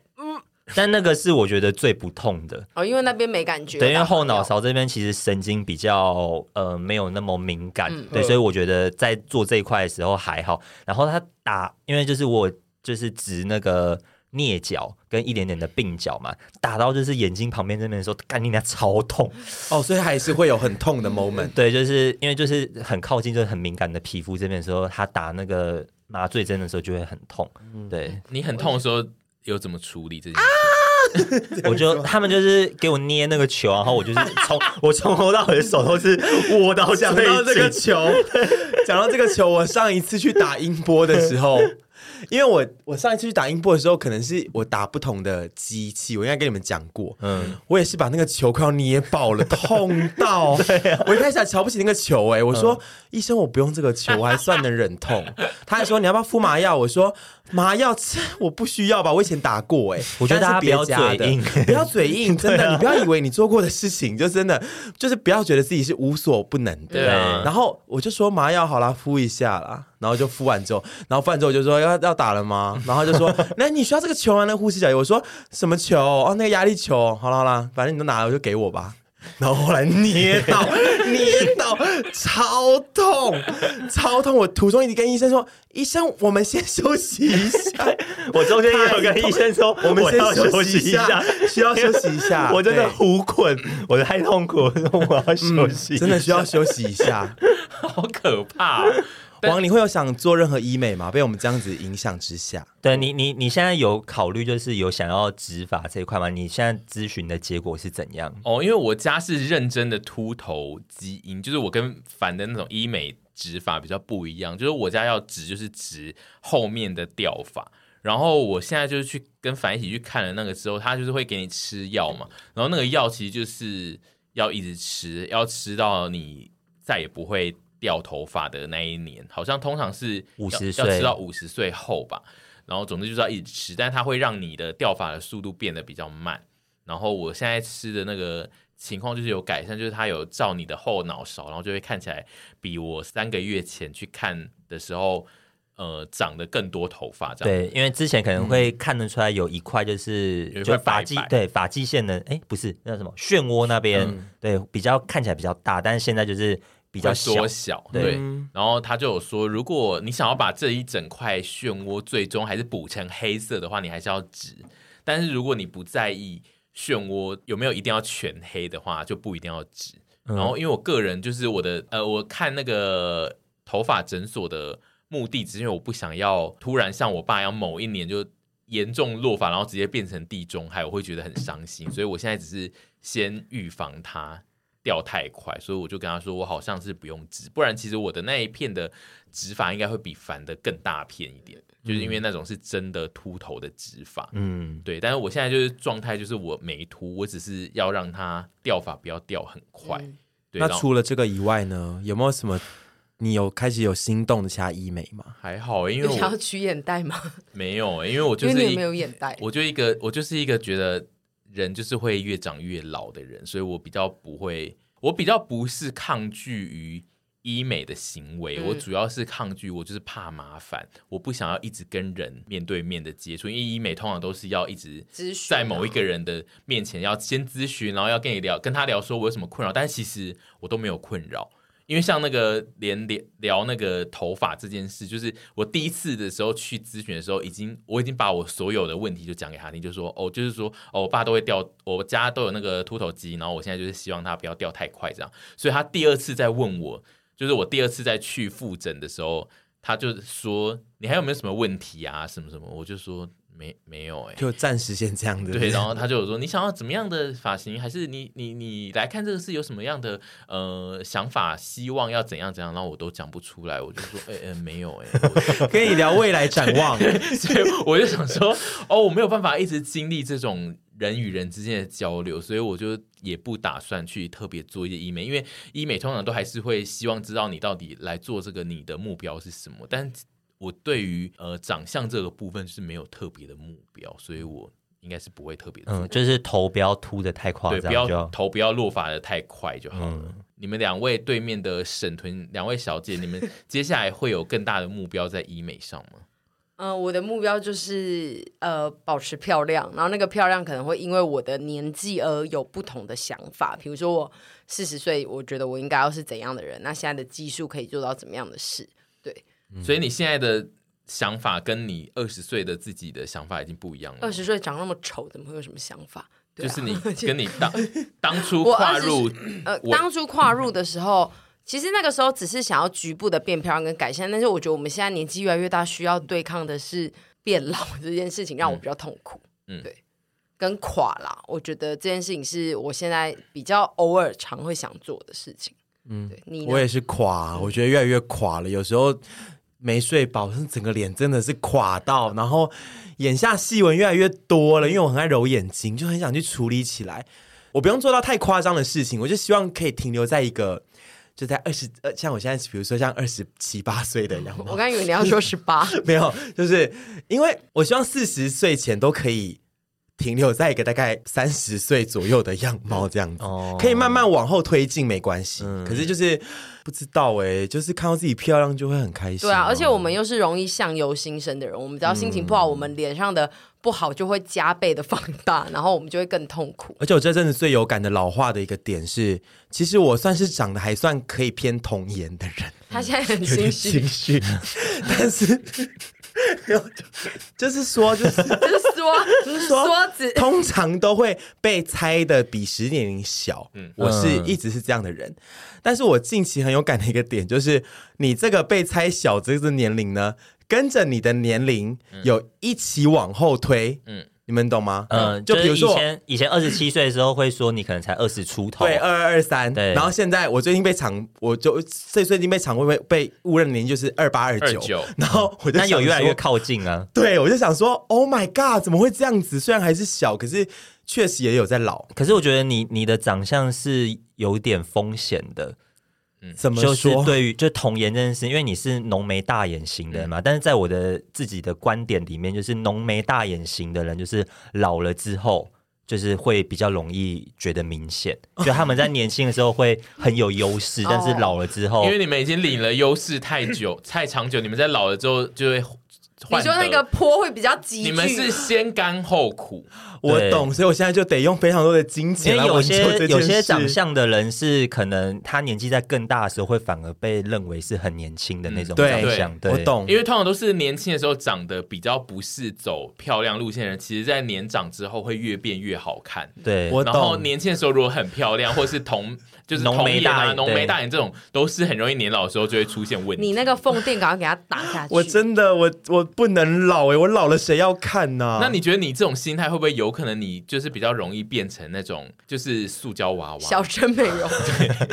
Speaker 2: 但那个是我觉得最不痛的，
Speaker 3: 哦，因为那边没感觉，
Speaker 2: 对，因为后脑勺这边其实神经比较呃没有那么敏感，对，所以我觉得在做这一块的时候还好。然后他打，因为就是我就是指那个。颞角跟一点点的鬓角嘛，打到就是眼睛旁边这边的时候，干你娘超痛。
Speaker 5: 哦，所以还是会有很痛的 moment。
Speaker 2: 对，就是因为就是很靠近，就是很敏感的皮肤这边的时候，他打那个麻醉针的时候就会很痛。
Speaker 5: 嗯
Speaker 2: 对，
Speaker 4: 你很痛的时候有怎么处理这件事？
Speaker 2: 我就他们就是给我捏那个球，然后我就是 从我从头到尾的手都是握到这样
Speaker 5: 讲
Speaker 2: 的
Speaker 5: 到这个
Speaker 2: 紧
Speaker 5: 球， 讲到这个球，我上一次去打音波的时候， 因为我我上一次去打音波的时候，可能是我打不同的机器，我应该跟你们讲过，
Speaker 2: 嗯
Speaker 5: 嗯，我也是把那个球快要捏爆了，痛 到，
Speaker 2: 啊
Speaker 5: 我一开始还瞧不起那个球、哎，我说、
Speaker 2: 嗯
Speaker 5: 医生我不用这个球，我还算能忍 痛，他还说你要不要敷麻药，我说麻药切我不需要吧，我以前打过、哎，
Speaker 2: 我觉得
Speaker 5: 但是
Speaker 2: 大家不要
Speaker 5: 别家的
Speaker 2: 嘴硬
Speaker 5: 不要嘴硬，
Speaker 4: 啊
Speaker 5: 真的，你不要以为你做过的事情就真的就是不要觉得自己是无所不能的。
Speaker 4: 对啊
Speaker 5: 然后我就说麻药好啦，敷一下啦，然后就敷完之后，然后敷完之后我就说要要打了吗？然后他就说 那你需要这个球啊吗？那个呼吸脚油，我说什么球？哦，那个压力球。好啦好啦，反正你都拿了，就给我吧。然后后来捏到 捏到超痛超痛，我途中一直跟医生说，医生我们先休息一下。
Speaker 2: 我中间也有跟医生说，
Speaker 5: 我们先
Speaker 2: 要休
Speaker 5: 休
Speaker 2: 息
Speaker 5: 息
Speaker 2: 一
Speaker 5: 一
Speaker 2: 下
Speaker 5: 下，需要休息一下
Speaker 2: 我真的
Speaker 5: 对
Speaker 2: 胡困，我太痛苦了， 我要休息。
Speaker 5: 嗯真的需要休息一下。
Speaker 4: 好可怕哦、但
Speaker 5: 王，你会有想做任何医美吗？被我们这样子影响之下，
Speaker 2: 对你，你你现在有考虑就是有想要执法这一块吗？你现在咨询的结果是怎样？
Speaker 4: 哦，因为我家是认真的秃头基因，就是我跟凡的那种医美植发比较不一样，就是我家要植就是植后面的掉发。然后我现在就是去跟凡一起去看了那个之后，他就是会给你吃药嘛，然后那个药其实就是要一直吃，要吃到你再也不会掉头发的那一年，好像通常是要
Speaker 2: 50
Speaker 4: 要
Speaker 2: 岁
Speaker 4: 吃到五十岁后吧。然后总之就是要一直吃，但它会让你的掉发的速度变得比较慢。然后我现在吃的那个情况就是有改善，就是它有照你的后脑勺，然后就会看起来比我三个月前去看的时候，呃，长得更多头发这样。
Speaker 2: 对，因为之前可能会看得出来嗯有一块就是、
Speaker 4: 有一块
Speaker 2: 就发
Speaker 4: 白
Speaker 2: 际
Speaker 4: 白
Speaker 2: 对发际线的，哎，不是那叫什么漩涡那边、对比较看起来比较大，但是现在就是比
Speaker 4: 比
Speaker 2: 较小
Speaker 4: 缩。小，对。然后他就有说，如果你想要把这一整块漩涡最终还是补成黑色的话，你还是要直。但是如果你不在意漩涡有没有一定要全黑的话，就不一定要直。然后因为我个人就是我的呃，我看那个头发诊所的目的，只是因为我不想要突然像我爸一样某一年就严重落发，然后直接变成地中海，我会觉得很伤心，所以我现在只是先预防它。掉太快，所以我就跟他说，我好像是不用植，不然其实我的那一片的植发应该会比凡的更大片一点，
Speaker 3: 嗯
Speaker 4: 就是因为那种是真的秃头的植发，
Speaker 2: 嗯，
Speaker 4: 对，但是我现在就是状态就是我没秃，我只是要让它掉发不要掉很快。
Speaker 3: 嗯
Speaker 4: 对，
Speaker 5: 那
Speaker 4: 然后
Speaker 5: 除了这个以外呢，有没有什么你有开始有心动的其他医美吗？
Speaker 4: 还好欸，因为
Speaker 3: 有想要
Speaker 4: 我
Speaker 3: 取眼袋吗？
Speaker 4: 没有欸，因为我就
Speaker 3: 因为
Speaker 4: 是
Speaker 3: 你也
Speaker 4: 一
Speaker 3: 没有眼袋。
Speaker 4: 我就一个我就是一个觉得人就是会越长越老的人，所以我比较不会，我比较不是抗拒于。医美的行为，
Speaker 3: 嗯
Speaker 4: 我主要是抗拒，我就是怕麻烦，我不想要一直跟人面对面的接触，因为医美通常都是要一直
Speaker 3: 咨询
Speaker 4: 在
Speaker 3: 啊
Speaker 4: 某一个人的面前要先咨询，然后要跟你聊，跟他聊说我有什么困扰，但是其实我都没有困扰，因为像那个连聊聊那个头发这件事，就是我第一次的时候去咨询的时候，已经我已经把我所有的问题就讲给他听，就说哦，就是说哦，我爸都会掉，我家都有那个秃头机，然后我现在就是希望他不要掉太快这样，所以他第二次再问我，就是我第二次再去复诊的时候，他就说你还有没有什么问题啊，什么什么，我就说没没有哎、欸
Speaker 5: 就暂时先这样的。
Speaker 4: 对，然 后他就有说你想要怎么样的发型，还是你你你来看这个是有什么样的呃想法，希望要怎样怎样，然后我都讲不出来，我就说哎哎、呃没有哎、我
Speaker 5: 跟你聊未来展望，
Speaker 4: 所以我就 想说哦我没有办法一直经历这种人与人之间的交流，所以我就也不打算去特别做一些医美，因为医美通常都还是会希望知道你到底来做这个你的目标是什么，但我对于呃长相这个部分是没有特别的目标，所以我。应该是不会特别做
Speaker 2: 嗯，就是头不要秃的太夸
Speaker 4: 对，
Speaker 2: 张，
Speaker 4: 不要
Speaker 2: 就
Speaker 4: 头不要落发的太快就好了。你们两位对面的沈屯两位小姐，你们接下来会有更大的目标在医美上吗？
Speaker 3: 嗯、我的目标就是呃保持漂亮，然后那个漂亮可能会因为我的年纪而有不同的想法，比如说我四十岁，我觉得我应该要是怎样的人，那现在的技术可以做到怎么样的事，
Speaker 4: 所以你现在的想法跟你二十岁的自己的想法已经不一样了吗。
Speaker 3: 二十岁长那么丑，怎么会有什么想法？对
Speaker 4: 就
Speaker 3: 啊
Speaker 4: 是你跟你当当初
Speaker 3: 我
Speaker 4: 跨
Speaker 3: 20
Speaker 4: 入
Speaker 3: 呃，
Speaker 4: 我
Speaker 3: 当初跨入的时候，其实那个时候只是想要局部的变漂亮跟改善，但是我觉得我们现在年纪越来越大，需要对抗的是变老这件事情，让我比较痛苦。
Speaker 4: 嗯
Speaker 3: 嗯，对，跟垮啦，我觉得这件事情是我现在比较偶尔常会想做的事情。嗯，对你呢
Speaker 5: 我也是垮，我觉得越来越垮了。有时候没睡饱，整个脸真的是垮到，然后眼下细纹越来越多了，因为我很爱揉眼睛，就很想去处理起来。我不用做到太夸张的事情，我就希望可以停留在一个。就在二十，呃，像我现在，比如说像二十七八岁 的样 子，
Speaker 3: 我刚以为你要说十八，
Speaker 5: 没有，就是因为我希望四十岁前都可以停留在一个大概三十岁左右的样貌这样子，
Speaker 2: 哦
Speaker 5: 可以慢慢往后推进没关系。可是就是不知道哎、就是看到自己漂亮就会很开心、
Speaker 3: 对啊，而且我们又是容易相由心生的人，我们只要心情不好，我们脸上的不好就会加倍的放大，然后我们就会更痛苦。
Speaker 5: 而且我这阵子最有感的老化的一个点是，其实我算是长得还算可以偏童颜的人，
Speaker 3: 他现在很
Speaker 5: 有
Speaker 3: 心
Speaker 5: 点
Speaker 3: 虚，
Speaker 5: 心虚， 但是 就是说就是。
Speaker 3: 就是说 说子
Speaker 5: 通常都会被猜的比实际年龄小。嗯，我是一直是这样的人，但是我近期很有感的一个点就是，你这个被猜小这个年龄呢，跟着你的年龄有一起往后推。
Speaker 4: 嗯
Speaker 5: 嗯，你们懂吗？
Speaker 2: 嗯，
Speaker 5: 就
Speaker 2: 就是
Speaker 5: 比如说
Speaker 2: 以
Speaker 5: 我。
Speaker 2: 前以前二十七岁的时候会说你可能才二十出头，
Speaker 5: 对，二二二三，
Speaker 2: 对
Speaker 5: 然后现在我最近被常，我就最最近被常会被被误认的年龄就是二八二
Speaker 4: 29
Speaker 5: 九，然后我就
Speaker 2: 那有
Speaker 5: 想
Speaker 2: 越来
Speaker 5: 说
Speaker 2: 越靠近啊。
Speaker 5: 对，我就想说，Oh my God，怎么会这样子？虽然还是小，可是确实也有在老。
Speaker 2: 可是我觉得你你的长相是有点风险的，
Speaker 5: 怎么
Speaker 2: 就是
Speaker 5: 说？
Speaker 2: 对于就童颜这件事，因为你是浓眉大眼型的人
Speaker 5: 嗯
Speaker 2: 嘛，但是在我的自己的观点里面，就是浓眉大眼型的人，就是老了之后。就是会比较容易觉得明显，就他们在年轻的时候会很有优 势，
Speaker 5: 哦
Speaker 2: 但是老了之后，
Speaker 4: 因为你们已经领了优势太久、太长久，你们在老了之后就会
Speaker 3: 你
Speaker 4: 换
Speaker 3: 说那
Speaker 4: 得
Speaker 3: 个坡会比较急剧，
Speaker 4: 你们是先甘后苦，
Speaker 5: 我
Speaker 2: 对
Speaker 5: 懂，所以我现在就得用非常多的金钱
Speaker 2: 因
Speaker 5: 来
Speaker 2: 为有
Speaker 5: 挽救
Speaker 2: 些
Speaker 5: 这件事。
Speaker 2: 有些长相的人是可能他年纪在更大的时候，会反而被认为是很年轻的那种
Speaker 5: 对
Speaker 2: 长相。嗯对，
Speaker 5: 我懂，
Speaker 4: 因为通常都是年轻的时候长得比较不是走漂亮路线的人，其实在年长之后会越变越好看。
Speaker 2: 对，
Speaker 5: 我
Speaker 4: 然
Speaker 5: 懂
Speaker 4: 后年轻的时候如果很漂亮，或是同就是
Speaker 2: 浓眉
Speaker 4: 瞳眼
Speaker 2: 大
Speaker 4: 啊、
Speaker 2: 眼
Speaker 4: 浓眉
Speaker 2: 对
Speaker 4: 大眼这种，都是很容易年老的时候就会出现问题。
Speaker 3: 你那个缝垫赶快给它打下去。
Speaker 5: 我真的我我不能老哎、我老了谁要看呢、
Speaker 4: 那你觉得你这种心态会不会有可能你就是比较容易变成那种就是塑胶娃娃？
Speaker 3: 小真美容，
Speaker 2: 啊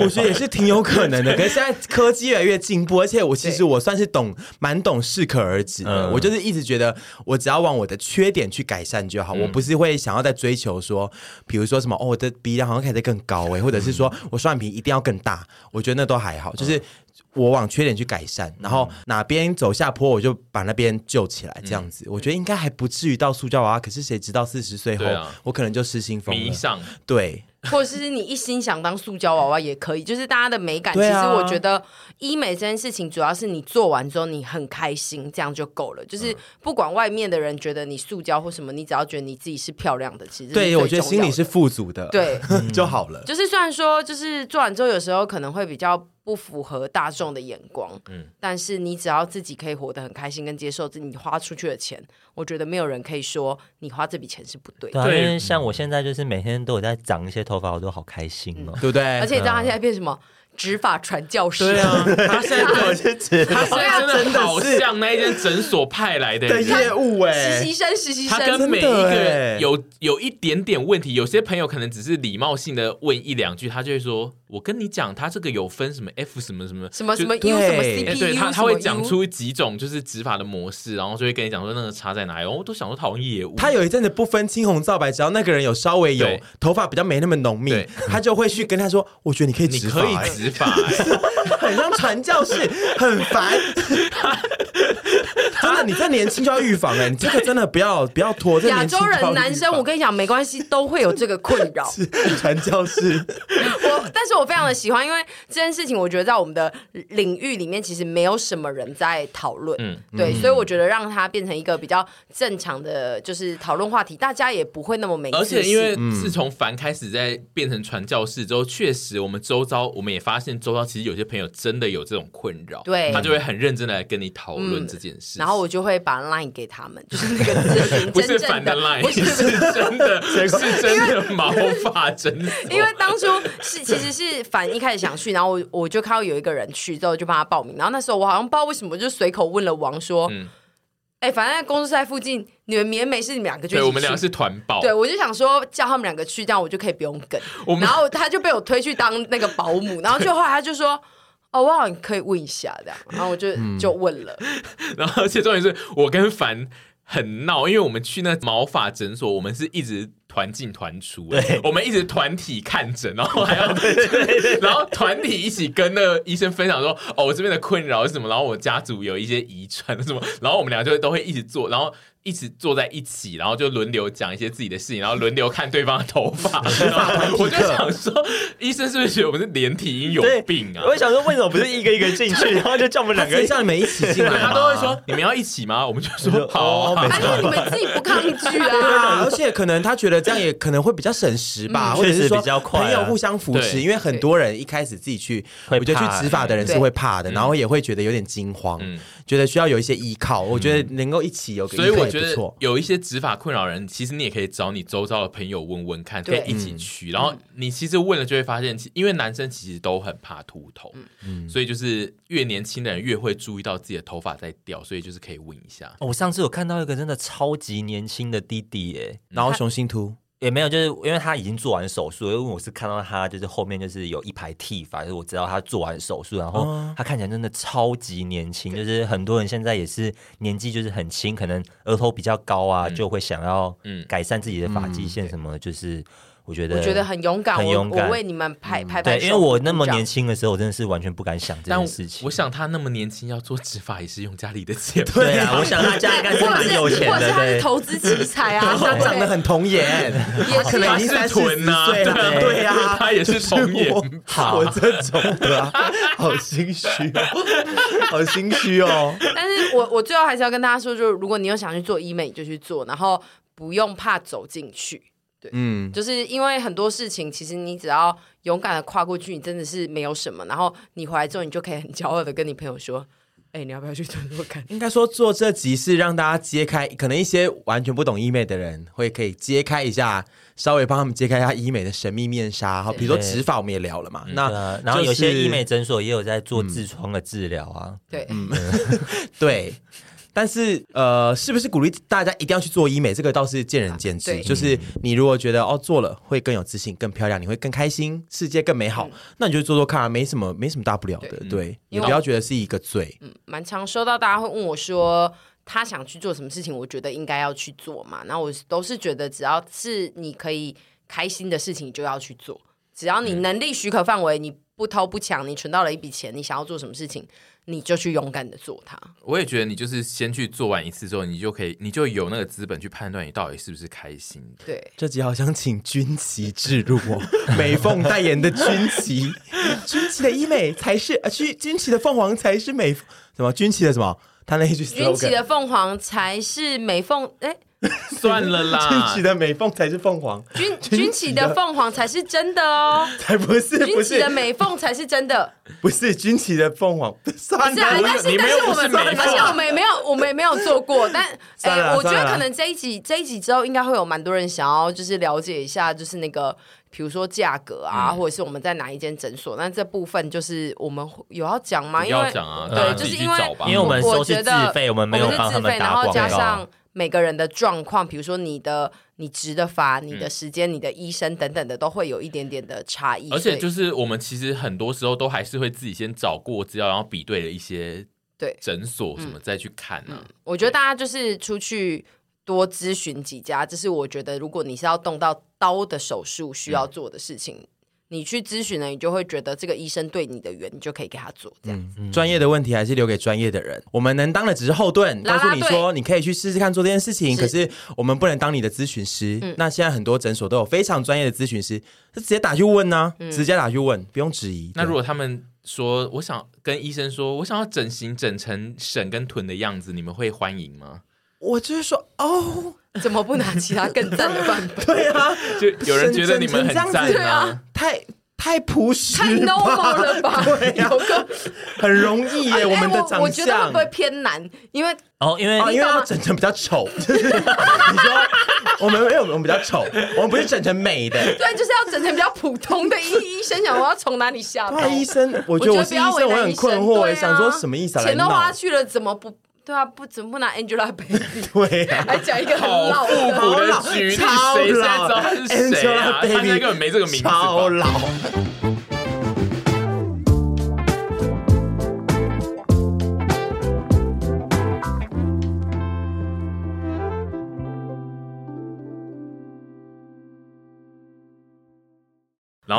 Speaker 5: 我觉得也是挺有可能的。可是现在科技越来越进步，而且我其实
Speaker 3: 对
Speaker 5: 我算是懂，蛮懂适可而止的。
Speaker 2: 嗯
Speaker 5: 我就是一直觉得，我只要往我的缺点去改善就好，
Speaker 4: 嗯
Speaker 5: 我不是会想要再追求说，比如说什么哦，我的鼻梁好像可以再更高哎、或者是说
Speaker 4: 嗯
Speaker 5: 我双眼皮一定要更大。我觉得那都还好，就是。我往缺点去改善，然后
Speaker 4: 嗯
Speaker 5: 哪边走下坡，我就把那边救起来，这样子，我觉得应该还不至于到塑胶娃娃。可是谁知道四十岁后
Speaker 4: 对啊，
Speaker 5: 我可能就失心疯
Speaker 4: 迷
Speaker 5: 了。
Speaker 4: 上
Speaker 5: 对，
Speaker 3: 或者是你一心想当塑胶娃娃也可以，就是大家的美感。其
Speaker 5: 对
Speaker 3: 实
Speaker 5: 啊
Speaker 3: 我觉得医美这件事情，主要是你做完之后你很开心，这样就够了。
Speaker 5: 嗯
Speaker 3: 就是不管外面的人觉得你塑胶或什么，你只要觉得你自己是漂亮的，其实是
Speaker 5: 对，
Speaker 3: 最
Speaker 5: 我觉得
Speaker 3: 重
Speaker 5: 心
Speaker 3: 要
Speaker 5: 里
Speaker 3: 的
Speaker 5: 是富足的，
Speaker 3: 对，
Speaker 5: 就好了。
Speaker 3: 就是虽然说就是做完之后有时候可能会比较不符合大众的眼光，嗯，但是你只要自己可以活得很开心，跟接受自己花出去的钱，我觉得没有人可以说你花这笔钱是不对的。
Speaker 2: 对啊，因
Speaker 4: 对
Speaker 2: 为像我现在就是每天都有在长一些头发，我都好开心哦。
Speaker 5: 对不对？
Speaker 3: 而且你知道他现在变什么执法传教士？
Speaker 4: 嗯对啊， 他 现在
Speaker 5: 我是指
Speaker 4: 他现在真的好
Speaker 5: 真的是
Speaker 4: 像那一间诊所派来的
Speaker 5: 的
Speaker 4: 人。
Speaker 5: 业务
Speaker 3: 实
Speaker 5: 哎、
Speaker 3: 习生，实习
Speaker 4: 他
Speaker 3: 生，
Speaker 4: 跟每一个
Speaker 5: 真的欸
Speaker 4: 人有有一点点问题，有些朋友可能只是礼貌性的问一两句，他就会说：“我跟你讲，他这个有分什么 F 什么什么
Speaker 3: 什么
Speaker 4: 就
Speaker 3: 什么 U
Speaker 5: 对
Speaker 3: 什么
Speaker 4: 哎
Speaker 3: CPU，
Speaker 4: 对他
Speaker 3: 什
Speaker 4: 他
Speaker 3: 么
Speaker 4: 会
Speaker 3: U
Speaker 4: 讲出几种就是执法的模式，然后就会跟你讲说那个差在哪里。我都想说讨厌业务，
Speaker 5: 他有一阵子不分青红皂白，只要那个人有稍微有
Speaker 4: 对
Speaker 5: 头发比较没那么浓密
Speaker 4: 对，
Speaker 5: 他就会去跟他说：“我觉得你可以
Speaker 4: 你
Speaker 5: 直发、
Speaker 4: 可以
Speaker 5: 哎
Speaker 4: 执法、 欸，
Speaker 5: 很像传教士，很烦。 真的，你在年轻就要预防哎、你这个真的不要不要拖。这
Speaker 3: 亚
Speaker 5: 年轻
Speaker 3: 洲
Speaker 5: 就要
Speaker 3: 人
Speaker 5: 预防
Speaker 3: 男生，我跟你讲没关系，都会有这个困扰。
Speaker 5: 传 教士，
Speaker 3: 我， 但是我非常的喜欢，因为这件事情，我觉得在我们的领域里面，其实没有什么人在讨论，
Speaker 4: 嗯
Speaker 3: 对，所以我觉得让它变成一个比较正常的，就是讨论话题，大家也不会那么没自
Speaker 4: 而
Speaker 3: 信。
Speaker 4: 且因为
Speaker 3: 嗯
Speaker 4: 自从凡开始在变成传教士之后，确实我们周遭我们也发现周遭其实有些朋友真的有这种困扰，
Speaker 3: 对嗯
Speaker 4: 他就会很认真的来跟你讨论这件事情。
Speaker 3: 然后我就会把 line 给他们，就是那个咨询
Speaker 4: 不是
Speaker 3: 真
Speaker 4: 反
Speaker 3: 正
Speaker 4: 的 line，
Speaker 3: 不是
Speaker 4: 是真的，是真的毛发诊所。
Speaker 3: 因为当初是其实是反一开始想去，然后我我就看到有一个人去，之后就帮他报名。然后那时候我好像不知道为什么，就随口问了王说：“哎、
Speaker 4: 嗯
Speaker 3: 反正在公司在附近，你们明天没事，你们两个就一
Speaker 4: 对
Speaker 3: 起
Speaker 4: 我们俩
Speaker 3: 去
Speaker 4: 是团报，
Speaker 3: 对，我就想说叫他们两个去，这样我就可以不用跟
Speaker 4: 我。们
Speaker 3: 然后他就被我推去当那个保 姆，然后就后来他就说。哦，我好像可以问一下这样，然后我就、
Speaker 2: 嗯
Speaker 3: 就问 了，
Speaker 4: 然后而且重点是我跟凡很闹，因为我们去那毛发诊所，我们是一直团进团出，欸我们一直团体看诊，然后 还要然后团体一起跟那个医生分享说，哦，我这边的困扰是什么，然后我家族有一些遗传什么，然后我们俩就都会一起做，然后。一起坐在一起，然后就轮流讲一些自己的事情，然后轮流看对方的 头发。然后我就想说，医生是不是觉得我们是连体婴有
Speaker 2: 对
Speaker 4: 病啊？
Speaker 2: 我想说，为什么不是一个一个进去，然后就叫我们
Speaker 5: 他
Speaker 2: 两
Speaker 5: 可
Speaker 2: 个
Speaker 5: 以
Speaker 2: 一起？
Speaker 5: 叫你们一起进来
Speaker 4: 对，
Speaker 5: 吗，
Speaker 4: 他都会说你们要一起吗？我们就说
Speaker 2: 就
Speaker 4: 好
Speaker 2: 哦
Speaker 4: 啊，
Speaker 2: 没
Speaker 3: 啊，因为你们自己不抗拒啊，
Speaker 5: 啊，而且可能他觉得这样也可能会比较省时吧，或者
Speaker 2: 确
Speaker 5: 是
Speaker 2: 实
Speaker 5: 说
Speaker 2: 比较快啊
Speaker 5: 朋友互相扶持，
Speaker 4: 对
Speaker 5: 因为很多人一开始自己去，我
Speaker 2: 会
Speaker 5: 觉得去
Speaker 2: 怕嗯
Speaker 5: 执法的人是
Speaker 3: 对
Speaker 5: 会怕的，然后也会觉得有点惊慌，
Speaker 4: 嗯
Speaker 5: 觉得需要有一些依靠。
Speaker 2: 嗯
Speaker 5: 我觉得能够一起有个
Speaker 4: 所以
Speaker 5: 依靠
Speaker 4: 我
Speaker 5: 也
Speaker 4: 觉
Speaker 5: 不
Speaker 4: 得
Speaker 5: 错。
Speaker 4: 有一些执法困扰人，其实你也可以找你周遭的朋友问问看，可
Speaker 3: 对
Speaker 4: 以一起去。然后你其实问了就会发现，其因为男生其实都很怕秃头，
Speaker 5: 嗯
Speaker 4: 所以就是越年轻的人越会注意到自己的头发在掉，所以就是可以问一下。
Speaker 2: 哦我上次有看到一个真的超级年轻的弟弟耶，
Speaker 5: 然后雄性秃，
Speaker 2: 也没有，就是因为他已经做完手术，因为我是看到他就是后面就是有一排剃发，就是我知道他做完手术，然后
Speaker 4: 哦
Speaker 2: 他看起来真的超级年轻，就是很多人现在也是年纪就是很轻，可能额头比较高啊，就会想要
Speaker 4: 嗯
Speaker 2: 改善自己的发际线什么的，就是我觉得
Speaker 3: 我觉得很勇敢，
Speaker 2: 很勇
Speaker 3: 我
Speaker 2: 敢嗯
Speaker 3: 我为你们拍拍
Speaker 2: 对，
Speaker 3: 拍手
Speaker 2: 因为我那么
Speaker 3: 鼓掌
Speaker 2: 年轻的时候，我真的是完全不敢想这
Speaker 4: 但
Speaker 2: 件
Speaker 4: 我
Speaker 2: 事情。
Speaker 4: 我想他那么年轻要做执法也是用家里的钱，
Speaker 2: 对啊，我想他家应该是
Speaker 3: 或者
Speaker 2: 蛮
Speaker 3: 是
Speaker 2: 有钱
Speaker 3: 或者是
Speaker 2: 的，
Speaker 3: 他
Speaker 2: 对
Speaker 3: 是。投资奇才 啊，
Speaker 5: 他
Speaker 3: 他
Speaker 5: 长得很童颜， 他可能已经
Speaker 4: 他
Speaker 5: 三
Speaker 4: 是
Speaker 5: 四十
Speaker 4: 臀呐
Speaker 5: 岁了，
Speaker 2: 对
Speaker 5: 对啊呀，
Speaker 4: 啊 他也是
Speaker 5: 就是
Speaker 4: 童颜
Speaker 5: 我我这种的啊，好心虚哦，好心虚哦。
Speaker 3: 但是我我最后还是要跟大家说，就是如果你有想去做医美，你就去做，然后不用怕走进去。
Speaker 5: 嗯，
Speaker 3: 就是因为很多事情，其实你只要勇敢的跨过去，你真的是没有什么。然后你回来之后，你就可以很骄傲的跟你朋友说：“哎、你要不要去做做看？
Speaker 5: 应该说做这集是让大家揭开，可能一些完全不懂医美的人会可以揭开一下，稍微帮他们揭开一下医美的神秘面纱。好，比如说
Speaker 2: 对
Speaker 5: 植发我们也聊了嘛，
Speaker 2: 对啊
Speaker 5: 那
Speaker 2: 然后有些
Speaker 5: 就是
Speaker 2: 医美诊所也有在做
Speaker 4: 嗯
Speaker 2: 痔疮的治疗啊。
Speaker 3: 对，
Speaker 5: 对。但是，呃，是不是鼓励大家一定要去做医美？这个倒是见仁见智。
Speaker 3: 对
Speaker 5: 就是你如果觉得哦做了会更有自信、更漂亮，你会更开心，世界更美
Speaker 2: 嗯
Speaker 5: 好，那你就做做看啊，没什么没什么大不了的。
Speaker 3: 对因
Speaker 5: 对，
Speaker 3: 为
Speaker 5: 你
Speaker 3: 我
Speaker 5: 不要觉得是一个罪。
Speaker 3: 蛮常收到大家会问我说，他想去做什么事情，我觉得应该要去做嘛。然后我都是觉得，只要是你可以开心的事情，就要去做。只要
Speaker 5: 嗯
Speaker 3: 你能力许可范围，你不偷不抢，你存到了一笔钱，你想要做什么事情，你就去勇敢的做它。
Speaker 4: 我也觉得你就是先去做完一次之后，你就可以，你就有那个资本去判断你到底是不是开心 的。
Speaker 3: 对，
Speaker 5: 这集好想请军旗置入哦， 美凤代言的军 旗，军旗的医美才是，呃，军军旗的凤凰才是美，什么军旗的什么？他那一句 s l
Speaker 3: 军
Speaker 5: o
Speaker 3: 旗
Speaker 5: g
Speaker 3: 的凤凰才是美凤，哎，
Speaker 4: 算了啦
Speaker 5: 军旗，的美凤才是凤凰，
Speaker 3: 军
Speaker 5: 旗的
Speaker 3: 军旗的凤凰才是真的 哦，
Speaker 5: 才不是，
Speaker 3: 军
Speaker 5: 不
Speaker 3: 旗的
Speaker 5: 是，
Speaker 3: 美凤才是真的。
Speaker 5: 不是军旗的凤凰，算
Speaker 3: 是啊，
Speaker 5: 了，
Speaker 3: 但是
Speaker 4: 你们
Speaker 3: 但
Speaker 4: 又
Speaker 3: 是我
Speaker 4: 不是
Speaker 3: 们，
Speaker 4: 美
Speaker 3: 而且
Speaker 4: 凤
Speaker 3: 我们也没有，我们也没有做过。但哎、
Speaker 5: 算了啦
Speaker 3: 我觉
Speaker 5: 算
Speaker 3: 得
Speaker 5: 了啦
Speaker 3: 可能这一集这一集之后，应该会有蛮多人想要就是了解一下，就是那个比如说价格啊，或者是我们在哪一间诊所。那这部分就是我们会有要讲吗？
Speaker 4: 不
Speaker 3: 因
Speaker 4: 要
Speaker 3: 为
Speaker 4: 讲啊，
Speaker 3: 对
Speaker 4: 大家
Speaker 3: 就
Speaker 4: 自己
Speaker 3: 是
Speaker 4: 去
Speaker 3: 因为
Speaker 4: 找吧。
Speaker 2: 因为我们收
Speaker 3: 我
Speaker 2: 是
Speaker 3: 觉
Speaker 2: 自
Speaker 3: 得
Speaker 2: 费，我们没有
Speaker 3: 我们
Speaker 2: 帮
Speaker 3: 是
Speaker 2: 他
Speaker 3: 自费，
Speaker 2: 们
Speaker 3: 然
Speaker 2: 打
Speaker 3: 后
Speaker 2: 广
Speaker 3: 加
Speaker 2: 告
Speaker 3: 上。每个人的状况，比如说你的你植的发、你的时间、你的医生等等的，都会有一点点的差异。
Speaker 4: 而
Speaker 3: 所
Speaker 4: 且
Speaker 3: 以
Speaker 4: 就是我们其实很多时候都还是会自己先找过资料，然后比对了一些
Speaker 3: 对嗯
Speaker 4: 诊所什么再去看啊。
Speaker 5: 嗯
Speaker 3: 我觉得大家就是出去多咨询几家，这是我觉得如果你是要动到刀的手术
Speaker 5: 嗯
Speaker 3: 需要做的事情，你去咨询了，你就会觉得这个医生对你的缘，你就可以给他做这样。
Speaker 5: 专业的问题还是留给专业的人，我们能当的只是后盾，
Speaker 3: 拉
Speaker 5: 告
Speaker 3: 拉
Speaker 5: 诉你
Speaker 3: 队
Speaker 5: 说你可以去试试看做这件事情，
Speaker 3: 是嗯
Speaker 5: 可是我们不能当你的咨询师。那现在很多诊所都有非常专业的咨询师，就直接打去问呢、
Speaker 3: 嗯
Speaker 5: 直接打去问，不用质疑。
Speaker 4: 那
Speaker 5: 对
Speaker 4: 如果他们说我想跟医生说我想要整形整成沈跟臀的样子，你们会欢迎吗？
Speaker 5: 我就是说，哦，
Speaker 3: 怎么不拿其他更赞的版 本？
Speaker 5: 对啊，
Speaker 4: 就有人觉得你们很
Speaker 5: 整成
Speaker 4: 赞
Speaker 5: 这样
Speaker 4: 啊
Speaker 5: 子，太太朴实吧，
Speaker 3: 太 normal 了吧？
Speaker 5: 对呀、
Speaker 3: 有个
Speaker 5: 很容易耶，
Speaker 3: 哎
Speaker 5: 啊我们的
Speaker 3: 我
Speaker 5: 长
Speaker 3: 我觉得会
Speaker 5: 相
Speaker 3: 不。会偏难？因为
Speaker 2: 哦，因为
Speaker 5: 哦，因为他们整成比较丑， 就是你说我们没有，我们比较丑，我们不是整成美的，
Speaker 3: 对，就是要整成比较普通的医医生，想我要从哪里下
Speaker 5: 对啊，
Speaker 3: 刀？
Speaker 5: 医生，我
Speaker 3: 哎我
Speaker 5: 觉得我是
Speaker 3: 不要
Speaker 5: 医
Speaker 3: 为
Speaker 5: 生，我
Speaker 3: 难
Speaker 5: 很
Speaker 3: 医
Speaker 5: 困
Speaker 3: 生
Speaker 5: 惑，
Speaker 3: 对啊
Speaker 5: 想说什么意思啊？来
Speaker 3: 钱都
Speaker 5: 闹
Speaker 3: 花去了，怎么不？对啊，不怎么不拿 Angelababy？
Speaker 5: 对 啊，
Speaker 3: 还讲一个很
Speaker 4: 好
Speaker 3: 老
Speaker 4: 复
Speaker 3: 的，
Speaker 4: 古
Speaker 5: 老
Speaker 4: 的举例，
Speaker 5: 超
Speaker 4: 谁现在知
Speaker 5: 老
Speaker 4: 道他是谁啊？他应
Speaker 5: Angelababy
Speaker 4: 该根本没这个名字吧
Speaker 5: 超？老。
Speaker 4: 然